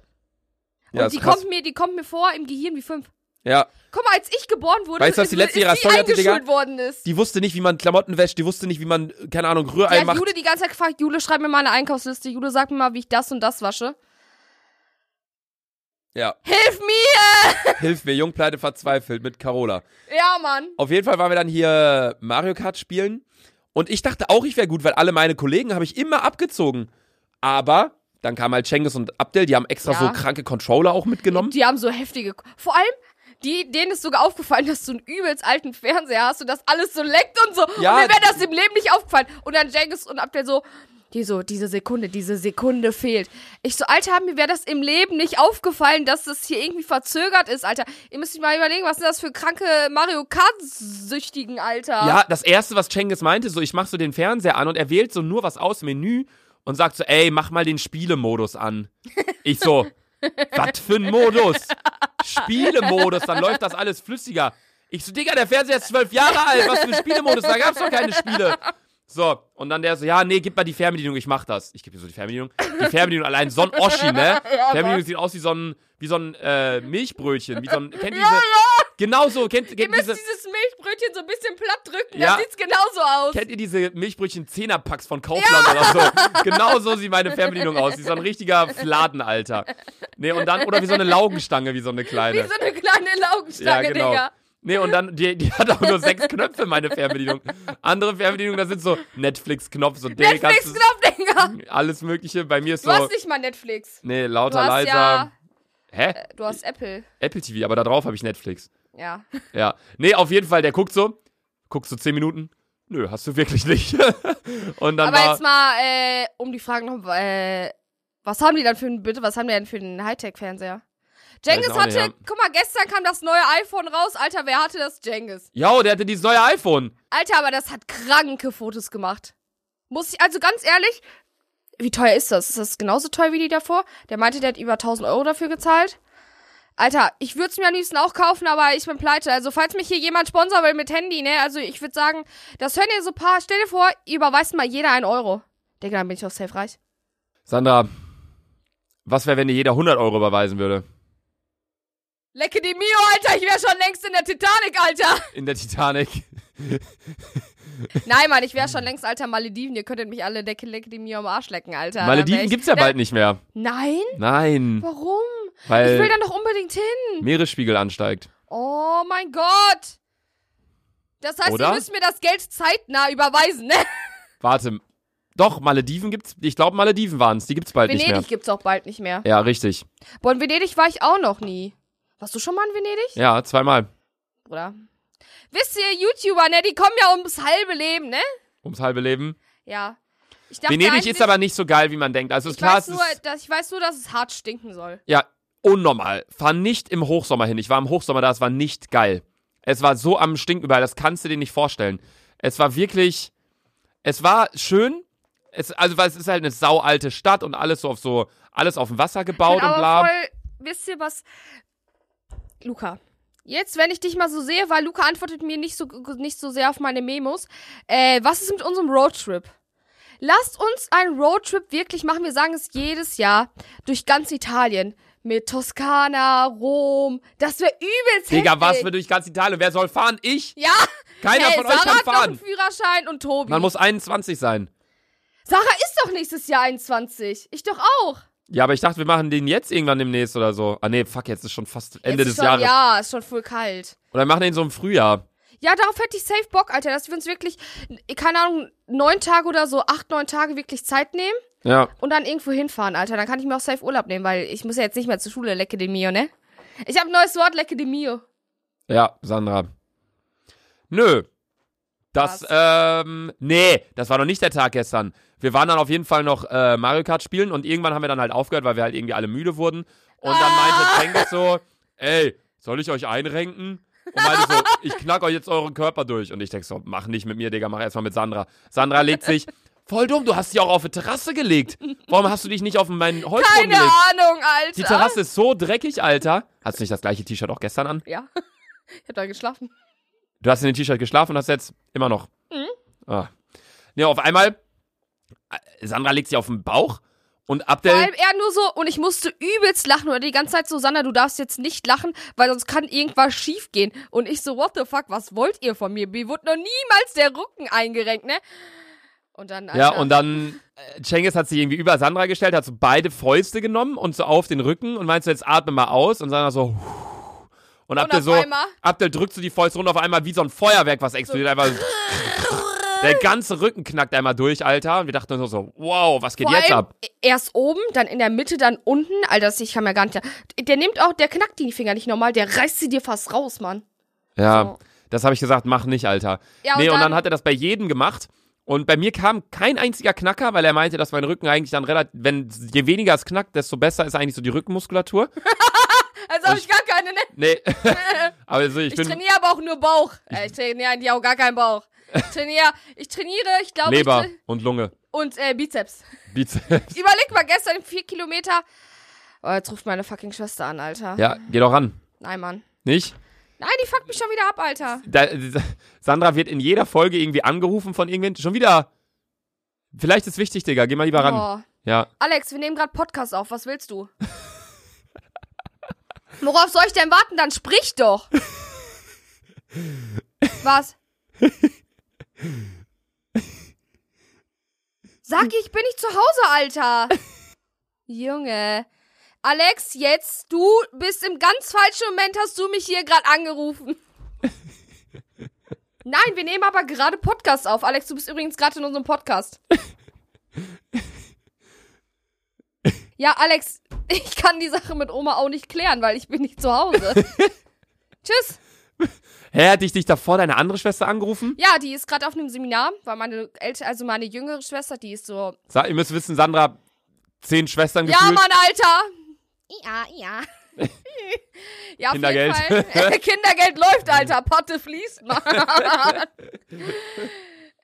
und ist die krass. kommt, mir, die kommt mir vor im Gehirn wie fünf. ja, Guck mal, als ich geboren wurde, Weißt du, was ist, die letzte ist ihrer sie Story hatte, Digga? eingeschult worden ist. die wusste nicht, wie man Klamotten wäscht, die wusste nicht, wie man, keine Ahnung, Rührei Die hat macht. Jule die ganze Zeit gefragt, Jule, schreib mir mal eine Einkaufsliste. Jule, sag mir mal, wie ich das und das wasche. Ja, Hilf mir! hilf mir, Jungpleite verzweifelt mit Carola. Ja, Mann. Auf jeden Fall waren wir dann hier Mario Kart spielen. Und ich dachte auch, ich wäre gut, weil alle meine Kollegen habe ich immer abgezogen. Aber Dann kamen halt Cengiz und Abdel, die haben extra Ja. so kranke Controller auch mitgenommen. Die haben so heftige. Vor allem, die, denen ist sogar aufgefallen, dass du einen übelst alten Fernseher hast und das alles so leckt und so. Ja. Und mir wäre das im Leben nicht aufgefallen. Und dann Jenkins und Abdel so. Die so, diese Sekunde, diese Sekunde fehlt. Ich so, Alter, mir wäre das im Leben nicht aufgefallen, dass das hier irgendwie verzögert ist, Alter. Ihr müsst euch mal überlegen, was sind das für kranke Mario Kart-Süchtigen, Alter. Ja, das erste, was Cengiz meinte, so ich mach so den Fernseher an und er wählt so nur was aus dem Menü und sagt so, ey, mach mal den Spielemodus an. Ich so, was für ein Modus? Spielemodus, dann läuft das alles flüssiger. Ich so, Digga, der Fernseher ist zwölf Jahre alt, was für ein Spielemodus, da gab's doch keine Spiele. So, und dann der so, ja, nee, gib mal die Fernbedienung, ich mach das. Ich gebe dir so die Fernbedienung. Die Fernbedienung allein, so ein Oschi, ne? Fernbedienung sieht aus wie so ein, wie so ein äh, Milchbrötchen, wie so ein, kennt ihr diese, genau so, kennt, kennt Ihr müsst diese, dieses Milchbrötchen so ein bisschen platt drücken, Ja. dann sieht's genauso aus. Kennt ihr diese Milchbrötchen Zehnerpacks von Kaufland oder so? Genau so sieht meine Fernbedienung aus. Die ist so ein richtiger Fladen, Alter. Nee, und dann, oder wie so eine Laugenstange, wie so eine kleine. Wie so eine kleine Laugenstange, genau. Digga. Nee, und dann, die, die hat auch nur sechs Knöpfe, meine Fernbedienung. Andere Fernbedienungen, da sind so Netflix-Knopf, so Dinge, kannst du- Netflix-Knopf, Digga. alles Mögliche. Bei mir ist Du so, hast nicht mal Netflix. nee, Du lauter, hast leiser. ja, Hä? du hast Apple. Apple TV, aber da drauf habe ich Netflix. Ja. Ja. Nee, auf jeden Fall, der guckt so, guckst so zehn Minuten. Nö, hast du wirklich nicht. und dann Aber war, jetzt mal, äh, um die Frage noch, äh, was haben die dann für einen, bitte, was haben die denn für einen Hightech-Fernseher? Weiß ich Jengis auch hatte, nicht, ja. guck mal, gestern kam das neue iPhone raus. Alter, wer hatte das? Jengis. Jo, der hatte dieses neue iPhone. Alter, aber das hat kranke Fotos gemacht. Muss ich, also ganz ehrlich, wie teuer ist das? Ist das genauso teuer wie die davor? Der meinte, der hat über 1000 Euro dafür gezahlt. Alter, ich würde es mir am liebsten auch kaufen, aber ich bin pleite. Also, falls mich hier jemand sponsern will mit Handy, ne? Also, ich würde sagen, das hören hier so ein paar. Stell dir vor, ihr überweist mal jeder einen Euro. Digga, dann bin ich doch safe reich. Sandra, was wäre, wenn dir jeder 100 Euro überweisen würde? Lecke die Mio, Alter, ich wäre schon längst in der Titanic, Alter. In der Titanic. Nein, Mann, ich wäre schon längst, Alter, Malediven. Ihr könntet mich alle Decke, Lecke die Mio am Arsch lecken, Alter. Dann wär Malediven ich- gibt's ja Dann- bald nicht mehr. Nein? Nein, Warum? Ich will weil dann doch unbedingt hin. Meeresspiegel ansteigt. Oh mein Gott. Das heißt, Oder? ihr müsst mir das Geld zeitnah überweisen, ne? Warte, doch, Malediven gibt's. Ich glaube, Malediven waren's. Die gibt's bald Venedig nicht gibt's auch bald nicht mehr. mehr. Ja, richtig. Boah, in Venedig war ich auch noch nie. Warst du schon mal in Venedig? Ja, zweimal. Oder? Wisst ihr, YouTuber, ne? Die kommen ja ums halbe Leben, ne? Ums halbe Leben. Ja. Ich dachte Venedig eigentlich- ist aber nicht so geil, wie man denkt. Also ist ich klar, weiß, es nur, ist dass, ich weiß nur, dass es hart stinken soll. ja unnormal. Fahr nicht im Hochsommer hin. Ich war im Hochsommer da, es war nicht geil. Es war so am Stinken überall, das kannst du dir nicht vorstellen. Es war wirklich, es war schön. Es, also, weil es ist halt eine saualte Stadt und alles so auf so, alles auf dem Wasser gebaut Bin und aber bla. Genau, voll, wisst ihr was? Luca. Jetzt, wenn ich dich mal so sehe, weil Luca antwortet mir nicht so, nicht so sehr auf meine Memos. Äh, was ist mit unserem Roadtrip? Lasst uns einen Roadtrip wirklich machen. Wir sagen es jedes Jahr durch ganz Italien. Mit Toskana, Rom. Das wäre übelst Digga, heftig. was wir durch ganz Italien? Wer soll fahren? Ich? Ja, Keiner hey, von euch Sarah kann hat noch einen fahren. Führerschein und Tobi. Man muss 21 sein. Sarah ist doch nächstes Jahr 21. Ich doch auch. Ja, aber ich dachte, wir machen den jetzt irgendwann demnächst oder so. Ah, nee, fuck, jetzt ist schon fast Ende des Jetzt ist schon, Jahres. Ja, ist schon voll kalt. Oder wir machen den so im Frühjahr. Ja, darauf hätte ich safe Bock, Alter, dass wir uns wirklich, keine Ahnung, neun Tage oder so, acht, neun Tage wirklich Zeit nehmen Ja. und dann irgendwo hinfahren, Alter. Dann kann ich mir auch safe Urlaub nehmen, weil ich muss ja jetzt nicht mehr zur Schule, Lecke de Mio, ne? Ich habe ein neues Wort, Lecke de Mio. Ja, Sandra. Nö. Das, Was? ähm, nee, das war noch nicht der Tag gestern. Wir waren dann auf jeden Fall noch äh, Mario Kart spielen und irgendwann haben wir dann halt aufgehört, weil wir halt irgendwie alle müde wurden. Und dann meinte Ah. Cengiz so, ey, soll ich euch einrenken? Und meinte so, ich knack euch jetzt euren Körper durch. Und ich denk so, mach nicht mit mir, Digga, mach erstmal mit Sandra. Sandra legt sich, voll dumm, du hast sie auch auf eine Terrasse gelegt. Warum hast du dich nicht auf meinen Holzboden Keine gelegt? Ahnung, Alter. Die Terrasse ist so dreckig, Alter. Hast du nicht das gleiche T-Shirt auch gestern an? Ja. Ich hab da geschlafen. Du hast in dem T-Shirt geschlafen und hast jetzt immer noch. Mhm. Ah. Ne, auf einmal, äh, Sandra legt sich auf den Bauch und Vor Abdel. allem er nur so, und ich musste übelst lachen oder die ganze Zeit so, Sander, du darfst jetzt nicht lachen, weil sonst kann irgendwas schief gehen. Und ich so, what the fuck, was wollt ihr von mir? Mir wurde noch niemals der Rücken eingerenkt, ne? Und dann, Alter, Ja, und dann, äh, Cengiz hat sich irgendwie über Sandra gestellt, hat so beide Fäuste genommen und so auf den Rücken und meint so, jetzt atme mal aus und Sandra so. "Huh." Und Abdel auf so, einmal? Abdel drückt so die Fäuste runter, auf einmal wie so ein Feuerwerk, was explodiert. Einfach so, der ganze Rücken knackt einmal durch, Alter. Und wir dachten uns so, wow, was geht Vor jetzt allem, ab? i- erst oben, dann in der Mitte, dann unten. Alter, das- ich kann mir gar nicht. Der nimmt auch, der knackt die Finger nicht normal, der reißt sie dir fast raus, Mann. Ja, So. das habe ich gesagt, mach nicht, Alter. Ja, und nee, und dann dann- hat er das bei jedem gemacht. Und bei mir kam kein einziger Knacker, weil er meinte, dass mein Rücken eigentlich dann relativ, wenn je weniger es knackt, desto besser ist eigentlich so die Rückenmuskulatur. Also habe ich gar keine. Ne? Nee. aber so, ich, Ich bin trainiere aber auch nur Bauch. Äh, ich trainiere eigentlich auch gar keinen Bauch. Ich trainiere, ich trainiere, ich glaube, Leber Ich tra- und Lunge. und äh, Bizeps. Bizeps. Überleg mal, gestern vier Kilometer. Oh, jetzt ruft meine fucking Schwester an, Alter. Ja, geh doch ran. Nein, Mann. Nicht? Nein, die fuckt mich schon wieder ab, Alter. Da, Sandra wird in jeder Folge irgendwie angerufen von irgendwen. Schon wieder. Vielleicht ist wichtig, Digga. Geh mal lieber ran. Oh. Ja. Alex, wir nehmen gerade Podcast auf. Was willst du? Worauf soll ich denn warten? Dann sprich doch. Was? Sag, ich bin nicht zu Hause, Alter. Junge. Alex, jetzt, du bist im ganz falschen Moment, hast du mich hier gerade angerufen. Nein, wir nehmen aber gerade Podcast auf. Alex, du bist übrigens gerade in unserem Podcast. Ja, Alex, ich kann die Sache mit Oma auch nicht klären, weil ich bin nicht zu Hause. Tschüss. Hä, hat dich, dich davor deine andere Schwester angerufen? Ja, die ist gerade auf einem Seminar, weil meine ältere, also meine jüngere Schwester, die ist so. Sa ihr müsst wissen, Sandra, zehn Schwestern Ja, gefühlt. Mann, Alter. Ja, ja. ja, auf Kindergeld. jeden Fall. Kindergeld läuft, Alter. Patte fließt, Mann.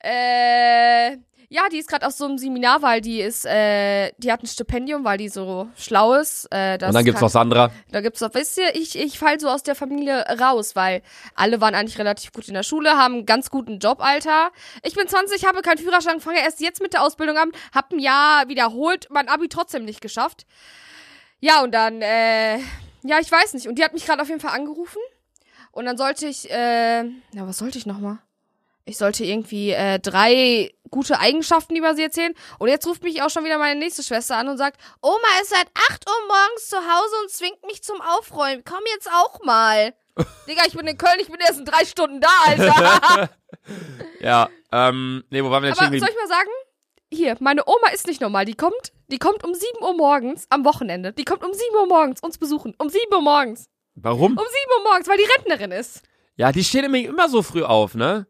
äh, ja, die ist gerade auf so einem Seminar, weil die ist, äh, die hat ein Stipendium, weil die so schlau ist. Äh, das Und dann gibt's kann- noch Sandra. Da gibt's doch, wisst ihr, ich, ich fall so aus der Familie raus, weil alle waren eigentlich relativ gut in der Schule, haben einen ganz guten Job, Alter. Ich bin 20, habe keinen Führerschein, fange erst jetzt mit der Ausbildung an, hab ein Jahr wiederholt, mein Abi trotzdem nicht geschafft. Ja, und dann, äh, ja, ich weiß nicht. Und die hat mich gerade auf jeden Fall angerufen. Und dann sollte ich, äh, na, was sollte ich nochmal? Ich sollte irgendwie äh, drei gute Eigenschaften über sie erzählen. Und jetzt ruft mich auch schon wieder meine nächste Schwester an und sagt, Oma ist seit 8 Uhr morgens zu Hause und zwingt mich zum Aufräumen. Komm jetzt auch mal. Digga, ich bin in Köln, ich bin erst in drei Stunden da, Alter. Ja. Ähm, nee, wo waren wir denn stehen Aber soll geblieben? ich mal sagen? Hier, meine Oma ist nicht normal. Die kommt, die kommt um 7 Uhr morgens am Wochenende. Die kommt um 7 Uhr morgens uns besuchen. Um 7 Uhr morgens. Warum? Um 7 Uhr morgens, weil die Rentnerin ist. Ja, die steht nämlich immer so früh auf, ne?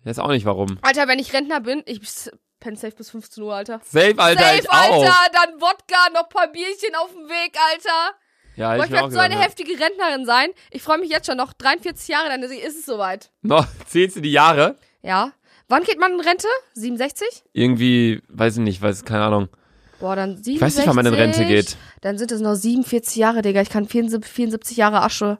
Ich weiß auch nicht warum. Alter, wenn ich Rentner bin, ich penne safe bis 15 Uhr, Alter. Safe, Alter, safe, ich Äh, auch. Alter, dann Wodka, noch paar Bierchen auf dem Weg, Alter. Ja, Boah, ich ich bin auch ne? werde so eine gesagt, heftige Rentnerin sein. Ich freue mich jetzt schon noch. 43 Jahre, dann ist es ja. soweit. Noch zählst du die Jahre? Ja. Wann geht man in Rente? 67? Irgendwie, weiß ich nicht, weiß, keine Ahnung. Boah, dann 67. Ich weiß nicht, wann man in Rente geht. Dann sind es noch 47 Jahre, Digga. Ich kann 74, 74 Jahre Asche.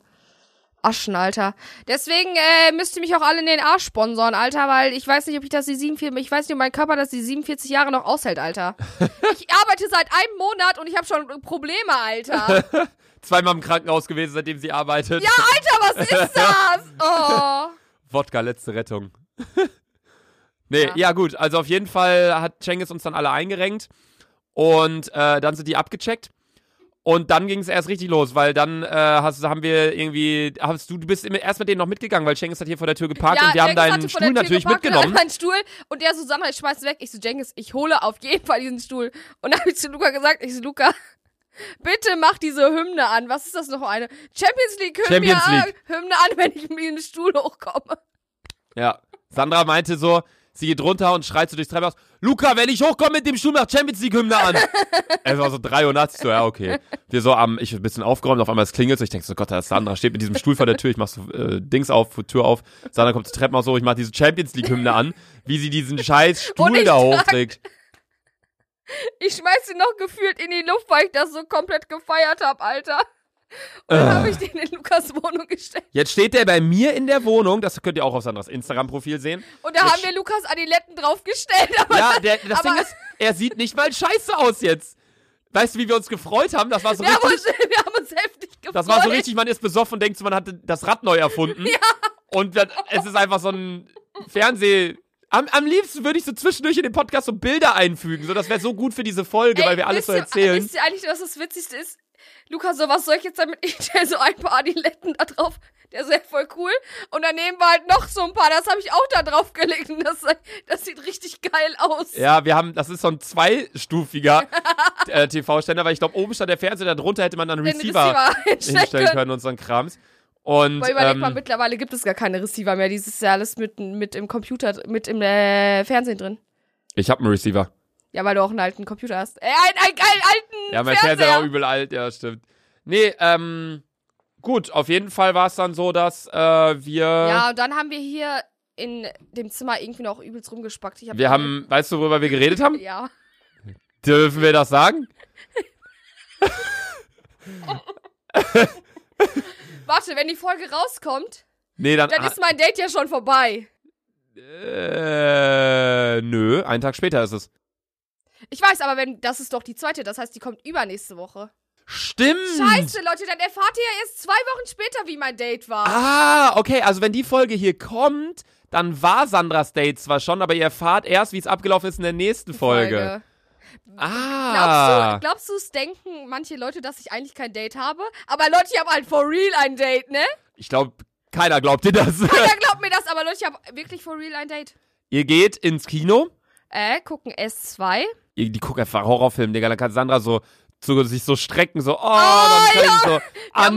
Aschen, Alter. Deswegen äh, müsst ihr mich auch alle in den Arsch sponsoren, Alter, weil ich weiß nicht, ob ich das die 47, ich weiß nicht, ob mein Körper das die 47 Jahre noch aushält, Alter. ich arbeite seit einem Monat und ich habe schon Probleme, Alter. Zweimal im Krankenhaus gewesen, seitdem sie arbeitet. Ja, Alter, was ist das? Oh. Wodka, letzte Rettung. nee, ja. Ja. gut, also auf jeden Fall hat Cengiz uns dann alle eingerenkt und äh, dann sind die abgecheckt und dann ging es erst richtig los, weil dann äh, hast, haben wir irgendwie, hast du, du bist immer erst mit denen noch mitgegangen, weil Cengiz hat hier vor der Tür geparkt und wir haben Jenkins hatte deinen Stuhl vor der Tür natürlich geparkt ne? und mitgenommen. Meinen Stuhl und der so, Sandra, ich schmeiß ihn weg. Ich so, Jenkins, ich hole auf jeden Fall diesen Stuhl. Und dann habe ich zu Luca gesagt, ich so, Luca, bitte mach diese Hymne an. Was ist das noch eine? Champions League Hymne, Champions an, League. Hymne an, wenn ich mit dem Stuhl hochkomme. Ja, Sandra meinte so, sie geht runter und schreit so durchs Treppenhaus, Luca, wenn ich hochkomme mit dem Stuhl, mach Champions League Hymne an. es war so 3 Uhr nachts, ich so, ja, okay. Wir so am, ich bin ein bisschen aufgeräumt, auf einmal es klingelt so, ich denke so, Gott, da ist Sandra, steht mit diesem Stuhl vor der Tür, ich mach so äh, Dings auf, Tür auf, Sandra kommt zur Treppenhaus so, ich mach diese Champions League Hymne an, wie sie diesen scheiß Und Stuhl ich da trag- hochträgt. Ich schmeiß ihn noch gefühlt in die Luft, weil ich das so komplett gefeiert habe, Alter. Und dann Äh. habe ich den in Lukas Wohnung gestellt. Jetzt steht der bei mir in der Wohnung, das könnt ihr auch auf Sandras Instagram-Profil sehen. Und da Das- haben wir Lukas Adiletten draufgestellt. Aber Ja, der, das aber- Ding ist, er sieht nicht mal scheiße aus jetzt. Weißt du, wie wir uns gefreut haben? Das war so wir, richtig haben uns, wir haben uns heftig gefreut. Das war so richtig, man ist besoffen und denkt, so, man hat das Rad neu erfunden. Und dann, es ist einfach so ein Fernseh. Am, am liebsten würde ich so zwischendurch in den Podcast so Bilder einfügen. So, das wäre so gut für diese Folge, Ey, weil wir alles so wisst ihr- erzählen. Wisst ihr eigentlich, was das Witzigste ist? Luca, so was soll ich jetzt damit? Ich stell so ein paar Adiletten da drauf. Der ist ja voll cool. Und daneben war halt noch so ein paar. Das habe ich auch da drauf gelegt. Und das, das sieht richtig geil aus. Ja, wir haben, das ist so ein zweistufiger äh, TV-Ständer, weil ich glaube, oben stand der Fernseher, darunter hätte man dann einen Den Receiver, einstecken hinstellen können und so ein Krams. Und Boah, überleg mal, ähm, mittlerweile gibt es gar keine Receiver mehr. Dieses Jahr alles mit, mit im Computer, mit im äh, Fernsehen drin. ich habe einen Receiver. Ja, weil du auch einen alten Computer hast. Äh, einen, einen, einen alten Ja, mein Fernseher. Fernseher war übel alt, ja, stimmt. Nee, ähm, gut, auf jeden Fall war es dann so, dass äh, wir, ja, und dann haben wir hier in dem Zimmer irgendwie noch übelst rumgespackt. Ich hab wir haben, weißt du, worüber wir geredet haben? Ja. Dürfen wir das sagen? Warte, wenn die Folge rauskommt, Nee, dann, ah, dann ist mein Date ja schon vorbei. äh, nö, einen Tag später ist es. Ich weiß, aber wenn das ist doch die zweite, das heißt, die kommt übernächste Woche. Stimmt! Scheiße, Leute, dann erfahrt ihr ja erst zwei Wochen später, wie mein Date war. Ah, okay, also wenn die Folge hier kommt, dann war Sandras Date zwar schon, aber ihr erfahrt erst, wie es abgelaufen ist in der nächsten Folge. Ah. Glaubst du, glaubst du, es denken manche Leute, dass ich eigentlich kein Date habe? Aber Leute, ich habe halt for real ein Date, ne? Ich glaube, keiner glaubt dir das. Keiner glaubt mir das, aber Leute, ich habe wirklich for real ein Date. ihr geht ins Kino, Äh, gucken S2. ihr, die guckt einfach Horrorfilm, Digga, dann kann Sandra so, so sich so strecken, so, oh, dann kann ich so Wir haben uns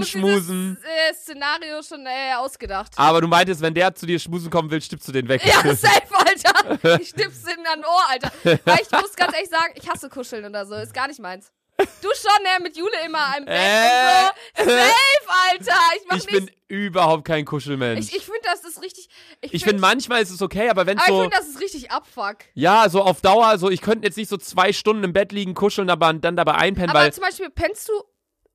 anschmusen. Dieses, äh, Szenario schon äh, ausgedacht. aber du meintest, wenn der zu dir schmusen kommen will, stippst du den weg. Ja, safe, Alter. Ich stipp's in dein Ohr, Alter. Weil ich muss ganz ehrlich sagen, ich hasse Kuscheln oder so. Ist gar nicht meins. Du schon, ne? Mit Jule immer im Bett Äh. und so. Safe, Alter. Ich mach ich bin nichts. überhaupt kein Kuschelmensch. Ich, ich finde, das ist richtig. Ich, Ich finde, manchmal ist es okay, aber wenn aber ich so, finde, das ist richtig Abfuck. ja, so auf Dauer, so, ich könnte jetzt nicht so zwei Stunden im Bett liegen, kuscheln, aber dann dabei einpennen, Aber weil zum Beispiel, pennst du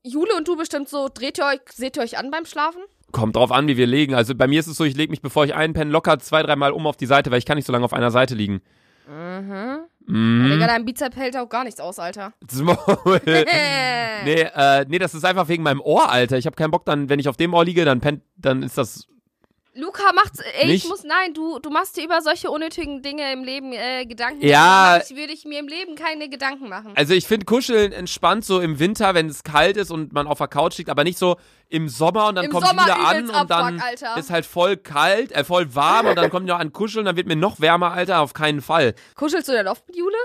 Jule und du bestimmt so, dreht ihr euch, seht ihr euch an beim Schlafen? Kommt drauf an, wie wir legen. Also bei mir ist es so, ich lege mich, bevor ich einpenne, locker zwei, dreimal um auf die Seite, weil ich kann nicht so lange auf einer Seite liegen. Mhm. Digga, dein Bizep hält auch gar nichts aus, Alter. Das Maul. nee, äh, nee, das ist einfach wegen meinem Ohr, Alter. Ich habe keinen Bock, dann, wenn ich auf dem Ohr liege, dann pennt, dann ist das. Luca macht's, ey, Nicht? ich muss, nein, du, du machst dir über solche unnötigen Dinge im Leben äh, Gedanken. Ja. Ich würde ich mir im Leben keine Gedanken machen. Also ich finde Kuscheln entspannt so im Winter, wenn es kalt ist und man auf der Couch liegt, aber nicht so im Sommer und dann Im kommt Sommer wieder an übelst und dann Abfuck, Alter. ist halt voll kalt, äh, voll warm und dann kommt noch an Kuscheln, dann wird mir noch wärmer, Alter, auf keinen Fall. Kuschelst du denn oft mit Jule?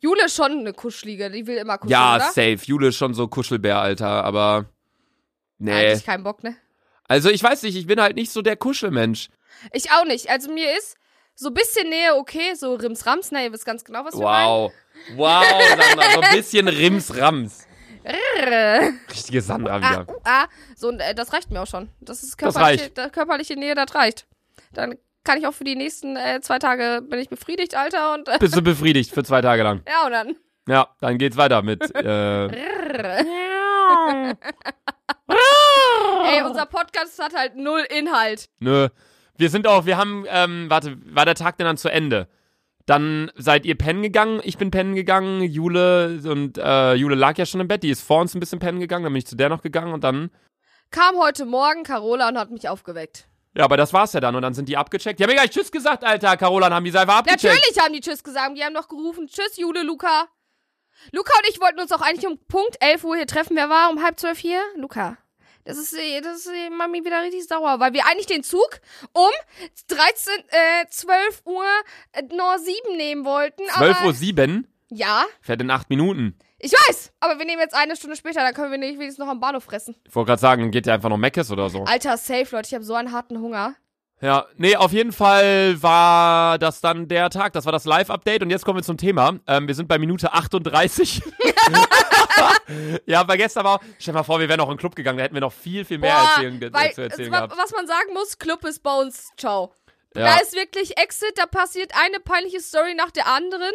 Jule ist schon eine Kuschelige, die will immer kuscheln, ja, oder? safe. Jule ist schon so Kuschelbär, Alter, aber. Nee. Eigentlich keinen Bock, ne? Also ich weiß nicht, ich bin halt nicht so der Kuschelmensch. Ich auch nicht. Also mir ist so ein bisschen Nähe okay, so Rims-Rams, na, ihr wisst ganz genau, was Wow. Wow, Sandra, so ein bisschen Rims-Rams. wir meinen. Richtige Sandra ah, wieder. uh, ah. So, und, äh, das reicht mir auch schon. Das ist Das körperliche, reicht. da- körperliche Nähe, das reicht. Dann kann ich auch für die nächsten äh, zwei Tage bin ich befriedigt, Alter, und äh, Bist du befriedigt für zwei Tage lang? ja, und dann. Ja, dann geht's weiter mit. Äh, Oh. Ey, unser Podcast hat halt null Inhalt. nö. Wir sind auch, wir haben, ähm, warte, war der Tag denn dann zu Ende? Dann seid ihr pennen gegangen, ich bin pennen gegangen, Jule und äh, Jule lag ja schon im Bett, die ist vor uns ein bisschen pennen gegangen, dann bin ich zu der noch gegangen und dann. Kam heute Morgen Carola und hat mich aufgeweckt. Ja, aber das war's ja dann und dann sind die abgecheckt. Die haben mir gleich Tschüss gesagt, Alter, Carola, dann haben die einfach abgecheckt. Natürlich haben die Tschüss gesagt. Die haben noch gerufen. Tschüss, Jule, Luca. Luca und ich wollten uns auch eigentlich um Punkt 11 Uhr hier treffen. Wer war um halb zwölf hier? Luca. Das ist, äh, das ist äh, Mami wieder richtig sauer, weil wir eigentlich den Zug um 13, äh, 12 Uhr äh, nur 7 nehmen wollten. 12.07 aber, Uhr sieben, Ja, fährt in acht Minuten. ich weiß. Aber wir nehmen jetzt eine Stunde später, dann können wir nicht wenigstens noch am Bahnhof fressen. Ich wollte gerade sagen, geht ja einfach noch Meckes oder so. Alter, safe, Leute. Ich habe so einen harten Hunger. Ja, nee, auf jeden Fall war das dann der Tag. Das war das Live-Update und jetzt kommen wir zum Thema. Ähm, wir sind bei Minute 38. ja, aber gestern war auch, stell dir mal vor, wir wären noch in den Club gegangen, da hätten wir noch viel, viel mehr Boah, erzählen, ge- äh, weil, zu erzählen wa- gehabt. Was man sagen muss, Club ist bei uns. Ciao. Da Ja. ist wirklich Exit, da passiert eine peinliche Story nach der anderen.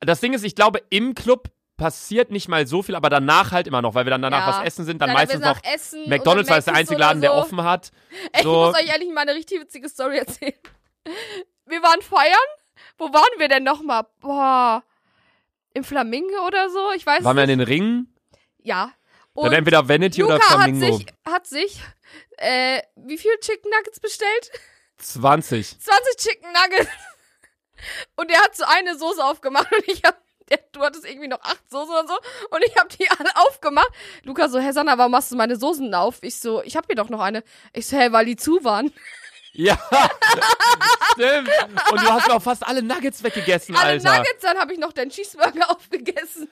Das Ding ist, ich glaube, im Club passiert nicht mal so viel, aber danach halt immer noch, weil wir dann danach Ja. was essen sind, dann Dann meistens wir nach noch Essen oder McDonalds, weil es der Macis einzige oder Laden, der so. offen hat. Ey, Ich So, muss euch ehrlich mal eine richtig witzige Story erzählen. Wir waren feiern. Wo waren wir denn nochmal? Boah. Im Flamingo oder so? Ich weiß waren wir es in nicht. den Ringen? Ja. Dann Und entweder Vanity Luca oder Flamingo. hat sich, hat sich äh, wie viel Chicken Nuggets bestellt? 20. 20 Chicken Nuggets. Und er hat so eine Soße aufgemacht und ich hab, der, du hattest irgendwie noch acht Soßen und so. Und ich habe die alle aufgemacht. Luca so, hey Sanna, warum machst du meine Soßen auf? Ich so, ich habe hier doch noch eine. Ich so, hey, weil die zu waren. Ja, stimmt. Und du hast auch fast alle Nuggets weggegessen, Alle Alter. Nuggets, dann habe ich noch den Cheeseburger aufgegessen.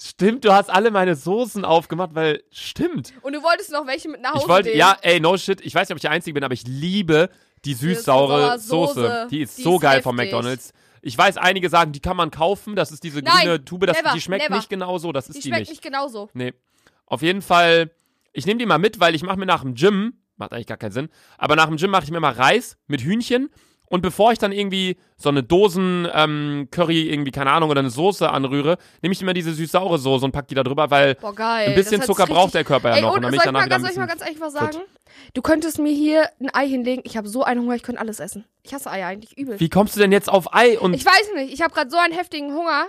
Stimmt, du hast alle meine Soßen aufgemacht, weil stimmt. Und du wolltest noch welche mit nach Hause Ich wollte, nehmen. ja, ey, no shit. Ich weiß nicht, ob ich der Einzige bin, aber ich liebe die süß-saure Die Soße. Soße. Die ist Die so ist geil von heftig. McDonalds. Ich weiß, einige sagen, die kann man kaufen. Das ist diese Nein, grüne Tube. Das, never, die schmeckt never. nicht genau so. Das ist Die die, schmeckt nicht genauso. Nee. Auf jeden Fall, ich nehme die mal mit, weil ich mache mir nach dem Gym, macht eigentlich gar keinen Sinn, aber nach dem Gym mache ich mir mal Reis mit Hühnchen. Und bevor ich dann irgendwie so eine Dosen ähm, Curry, irgendwie, keine Ahnung, oder eine Soße anrühre, nehme ich immer diese süß-saure Soße und pack die da drüber, weil Boah, geil. ein bisschen Das hat Zucker sich braucht der richtig- Körper ja Ey, noch. und Und damit ich soll ich, danach mal wieder ein ganz, soll ich bisschen, mal ganz ehrlich was sagen? Du könntest mir hier ein Ei hinlegen. Ich habe so einen Hunger, ich könnte alles essen. Ich hasse Eier eigentlich übel. Wie kommst du denn jetzt auf Ei und Ich weiß nicht, ich habe gerade so einen heftigen Hunger.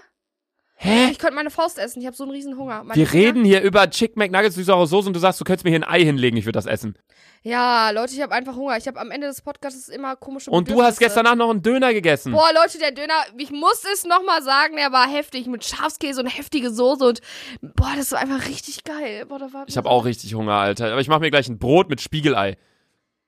Hä? Ich könnte meine Faust essen. Ich habe so einen riesen Hunger. Meine Wir Finger- reden hier über Chick McNuggets, süß-saure Soße und du sagst, du könntest mir hier ein Ei hinlegen, ich würde das essen. Ja, Leute, ich habe einfach Hunger. Ich habe am Ende des Podcasts immer komische Und du hast Bedürfnisse. gestern Nacht noch einen Döner gegessen. äh, Boah, Leute, der Döner, ich muss es nochmal sagen, der war heftig mit Schafskäse und heftige Soße und boah, das war einfach richtig geil. Boah, da war Ich habe auch richtig Hunger, Alter. Aber ich mache mir gleich ein Brot mit Spiegelei.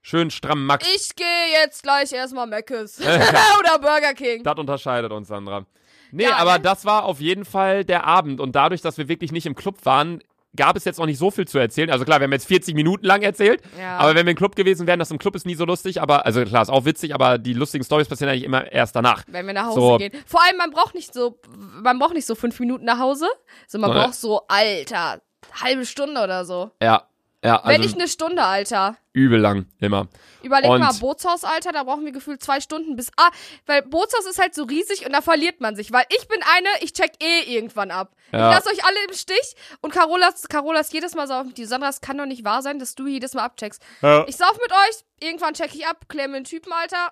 Schön stramm Max. Ich gehe jetzt gleich erstmal Mc's Ja. oder Burger King. Das unterscheidet uns, Sandra. Nee, Ja, aber ne? das war auf jeden Fall der Abend. Und dadurch, dass wir wirklich nicht im Club waren, gab es jetzt auch nicht so viel zu erzählen. Also klar, wir haben jetzt 40 Minuten lang erzählt. Ja. Aber wenn wir im Club gewesen wären, das im Club ist nie so lustig. Aber, also klar, ist auch witzig, aber die lustigen Stories passieren eigentlich immer erst danach. wenn wir nach Hause So. gehen. Vor allem, man braucht nicht so, man braucht nicht so fünf Minuten nach Hause, sondern man Nein. braucht so, Alter, halbe Stunde oder so. Ja, ja, Wenn ne- also nicht eine Stunde, Alter. übel lang, immer. Überleg Und- mal, Bootshaus, Alter, da brauchen wir gefühlt zwei Stunden bis. Ah, weil Bootshaus ist halt so riesig und da verliert man sich. Weil ich bin eine, ich check eh irgendwann ab. Ja. Ich lasse euch alle im Stich und Carolas, Carolas jedes Mal so auf die Sandra, es kann doch nicht wahr sein, dass du jedes Mal abcheckst. Ja, Ich sauf mit euch, irgendwann check ich ab, klär mir einen Typen, Alter.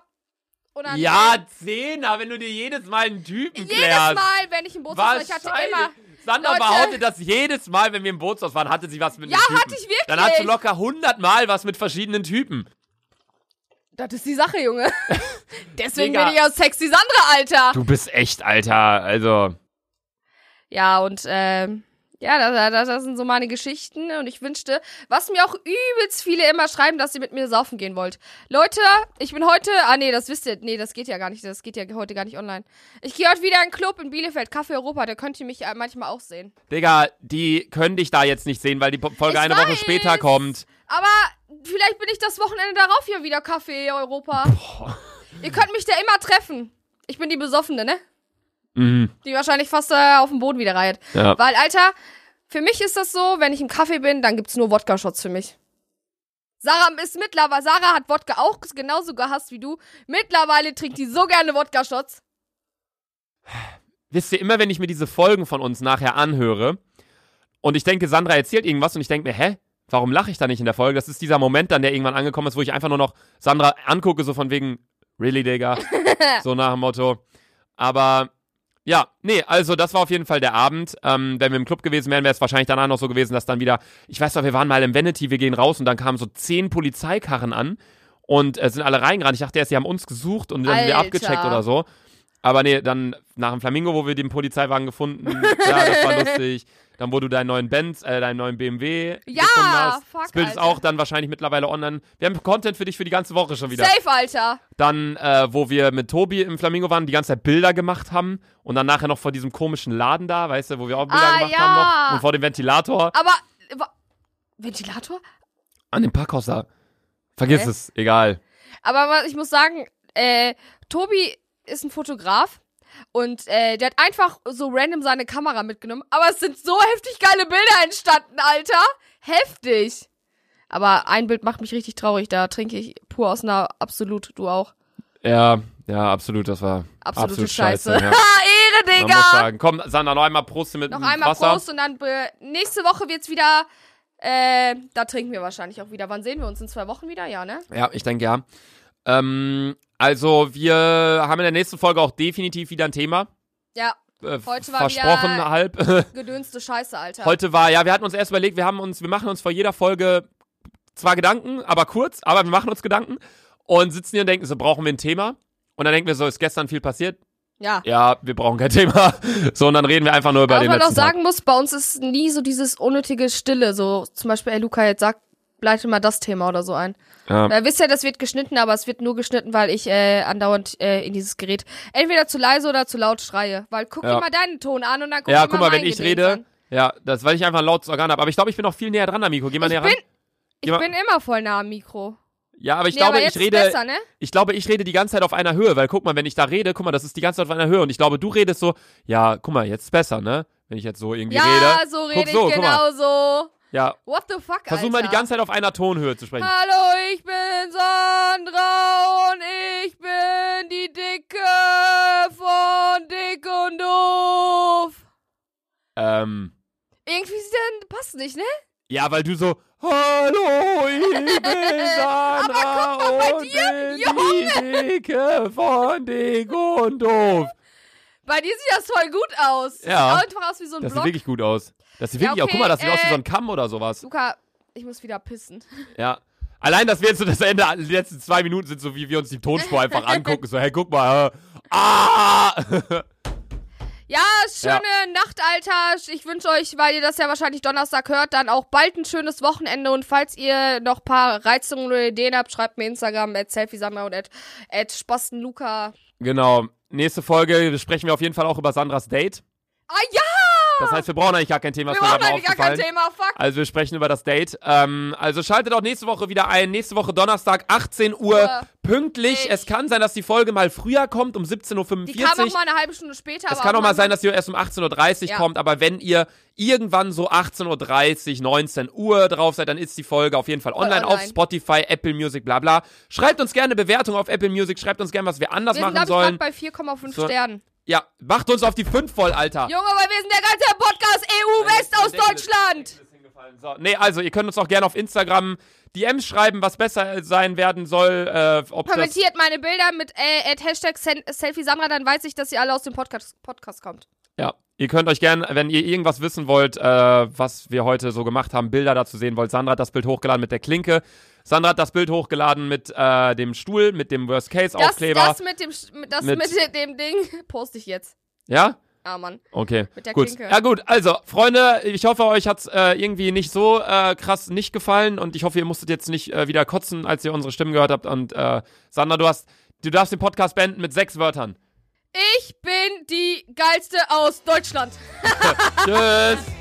Und dann Zehner, wenn du dir jedes Mal einen Typen jedes Mal, wenn ich im Bootshaus war, ich hatte Wahrscheinlich. immer. Sandra Leute. behauptet, dass jedes Mal, wenn wir im Bootshaus waren, hatte sie was mit Ja, einem Typen. hatte ich wirklich. Dann hat sie locker 100 Mal was mit verschiedenen Typen. Das ist die Sache, Junge. Deswegen Digga. bin ich auch sexy Sandra, Alter. Du bist echt, Alter. Also, Ja, und ähm, ja, das, das, das sind so meine Geschichten und ich wünschte, was mir auch übelst viele immer schreiben, dass ihr mit mir saufen gehen wollt. Leute, ich bin heute, ah nee, das wisst ihr, nee, das geht ja gar nicht, das geht ja heute gar nicht online. Ich gehe heute wieder in einen Club in Bielefeld, Café Europa, da könnt ihr mich äh, manchmal auch sehen. Digga, die können dich da jetzt nicht sehen, weil die Po- Folge Ich eine Woche weiß. später kommt. Aber vielleicht bin ich das Wochenende darauf hier wieder Café Europa. Ihr könnt mich da immer treffen. Ich bin die Besoffene, ne? Mhm. Die wahrscheinlich fast äh, auf dem Boden wieder reiht. Ja. Weil, Alter, für mich ist das so, wenn ich im Kaffee bin, dann gibt's nur Wodka-Shots für mich. Sarah ist mittlerweile, Sarah hat Wodka auch genauso gehasst wie du. Mittlerweile trinkt die so gerne Wodka-Shots. Wisst ihr, immer wenn ich mir diese Folgen von uns nachher anhöre und ich denke, Sandra erzählt irgendwas und ich denke mir, hä? Warum lache ich da nicht in der Folge? Das ist dieser Moment dann, der irgendwann angekommen ist, wo ich einfach nur noch Sandra angucke, so von wegen, really, Digga? so nach dem Motto. Aber ja, nee, also das war auf jeden Fall der Abend. Ähm, wenn wir im Club gewesen wären, wäre es wahrscheinlich danach noch so gewesen, dass dann wieder, ich weiß doch, wir waren mal im Vanity, wir gehen raus und dann kamen so zehn Polizeikarren an und äh, sind alle reingerannt. Ich dachte erst, die haben uns gesucht und dann sind wir Alter. abgecheckt oder so. Aber nee, dann nach dem Flamingo, wo wir den Polizeiwagen gefunden, ja, das war lustig. Dann, wo du deinen neuen Benz, äh, deinen neuen BMW Ja, gefunden hast. fuck, das Bild ist Alter. auch dann wahrscheinlich mittlerweile online. Wir haben Content für dich für die ganze Woche schon wieder. Safe, Alter. Dann, äh, wo wir mit Tobi im Flamingo waren, die ganze Zeit Bilder gemacht haben und dann nachher noch vor diesem komischen Laden da, weißt du, wo wir auch Bilder Ah, gemacht ja. haben noch und vor dem Ventilator Aber, äh, wa- Ventilator? an dem Parkhaus da. Vergiss Hä? es, egal. Aber wa- ich muss sagen, äh, Tobi ist ein Fotograf. Und äh, der hat einfach so random seine Kamera mitgenommen. Aber es sind so heftig geile Bilder entstanden, Alter. Heftig. Aber ein Bild macht mich richtig traurig. Da trinke ich pur aus einer absolut, du auch. Ja, ja, absolut, das war Absolute absolut scheiße. Scheiße. ja. Ah, Ehre, Man muss Digga. sagen, komm, Sandra, noch einmal Prost mit Noch dem einmal Wasser. Prost und dann be- nächste Woche wird's wieder. Äh, da trinken wir wahrscheinlich auch wieder. Wann sehen wir uns? In zwei Wochen wieder? Ja, ne? Ja, ich denke ja. Ähm, also, wir haben in der nächsten Folge auch definitiv wieder ein Thema. Ja, Äh, Heute war versprochen wieder- halb. gedönste Scheiße, Alter. Heute war, ja, wir hatten uns erst überlegt, wir haben uns, wir machen uns vor jeder Folge zwar Gedanken, aber kurz, aber wir machen uns Gedanken und sitzen hier und denken, so brauchen wir ein Thema. Und dann denken wir so, ist gestern viel passiert? Ja. Ja, wir brauchen kein Thema. So, und dann reden wir einfach nur über Aber den man auch letzten Tag. sagen muss, bei uns ist nie so dieses unnötige Stille. So zum Beispiel, ey Luca, jetzt sag, leite mal das Thema oder so ein. Ja. Na, wisst ihr, das wird geschnitten, aber es wird nur geschnitten, weil ich äh, andauernd äh, in dieses Gerät entweder zu leise oder zu laut schreie. Weil guck Ja. dir mal deinen Ton an und dann guck Ja, dir guck mal, wenn meinen ich Gerät rede. an. Ja, das, weil ich einfach ein lautes Organ habe. Aber ich glaube, ich bin noch viel näher dran, Amico. Geh mal Ich näher ran. bin, ich Ja. bin immer voll nah am Mikro. Ja, aber ich Nee, glaube, aber jetzt ich rede. ist besser, ne? Ich glaube, ich rede die ganze Zeit auf einer Höhe, weil guck mal, wenn ich da rede, guck mal, das ist die ganze Zeit auf einer Höhe. Und ich glaube, du redest so, ja, guck mal, jetzt ist besser, ne? Wenn ich jetzt so irgendwie Ja, rede. so Guck rede so, ich guck mal. genauso. Ja. What the fuck, Versuch Alter? mal die ganze Zeit auf einer Tonhöhe zu sprechen. Hallo, ich bin Sandra und ich bin die Dicke von Dick und Doof. Ähm. Irgendwie ist der- passt nicht, ne? Ja, weil du so, hallo, ich bin Sandra und bin die Dicke von Dick und Doof. Bei dir sieht das voll gut aus. Ja. Sieht einfach aus wie so ein Das sieht Block. wirklich gut aus. Das sieht Ja, wirklich auch, okay, guck mal, das sieht aus wie äh, so ein Kamm oder sowas. Luca, ich muss wieder pissen. Ja. Allein, dass wir jetzt so das Ende, die letzten zwei Minuten sind, so wie wir uns die Tonspur einfach angucken. So, hey, guck mal. Äh, ah! Ja, schöne Nacht, Alter. Ich wünsche euch, weil ihr das ja wahrscheinlich Donnerstag hört, dann auch bald ein schönes Wochenende. Und falls ihr noch ein paar Reizungen oder Ideen habt, schreibt mir Instagram, at selfiesandra und at, at spastenluca. genau. Nächste Folge sprechen wir auf jeden Fall auch über Sandras Date. Ah ja, Das heißt, wir brauchen eigentlich gar kein Thema. wir ist mir brauchen gerade eigentlich gar kein aufgefallen. Thema. Fuck. Also wir sprechen über das Date. Ähm, also schaltet auch nächste Woche wieder ein. Nächste Woche Donnerstag, 18 Uhr, Uhr. pünktlich. Ich- Es kann sein, dass die Folge mal früher kommt, um Die kam 17.45 auch Uhr. mal eine halbe Stunde später. Es aber kann auch mal sein, man- dass die erst um 18.30 Uhr Ja. kommt, aber wenn ihr irgendwann so 18.30 Uhr, 19 Uhr drauf seid, dann ist die Folge auf jeden Fall online, auf Äh, online. Spotify, Apple Music, bla bla. Schreibt uns gerne Bewertungen auf Apple Music, schreibt uns gerne, was wir anders Wir sind, machen glaub ich, sollen. grad bei 4,5 So- Sternen. Ja, macht uns auf die 5 voll, Alter. Junge, weil wir sind der ganze Podcast EU-West aus Deutschland. So, nee, also ihr könnt uns auch gerne auf Instagram DMs schreiben, was besser sein werden soll. Äh, ob das, Kommentiert meine Bilder mit äh, at Hashtag Sen- SelfieSandra, dann weiß ich, dass ihr alle aus dem Podcast, Podcast kommt. ja, ihr könnt euch gerne, wenn ihr irgendwas wissen wollt, äh, was wir heute so gemacht haben, Bilder dazu sehen wollt. Sandra hat das Bild hochgeladen mit der Klinke. Sandra hat das Bild hochgeladen mit äh, dem Stuhl, mit dem Worst Case Das, Aufkleber. das mit dem Sch- mit- das Mit- mit, dem Ding poste ich jetzt. Ja? Ah Mann. Okay. Mit der gut. Klinke. Ja gut, also Freunde, ich hoffe, euch hat's äh, irgendwie nicht so äh, krass nicht gefallen und ich hoffe, ihr musstet jetzt nicht äh, wieder kotzen, als ihr unsere Stimmen gehört habt. Und äh, Sandra, du hast, du darfst den Podcast beenden mit sechs Wörtern. Ich bin die geilste aus Deutschland. Tschüss.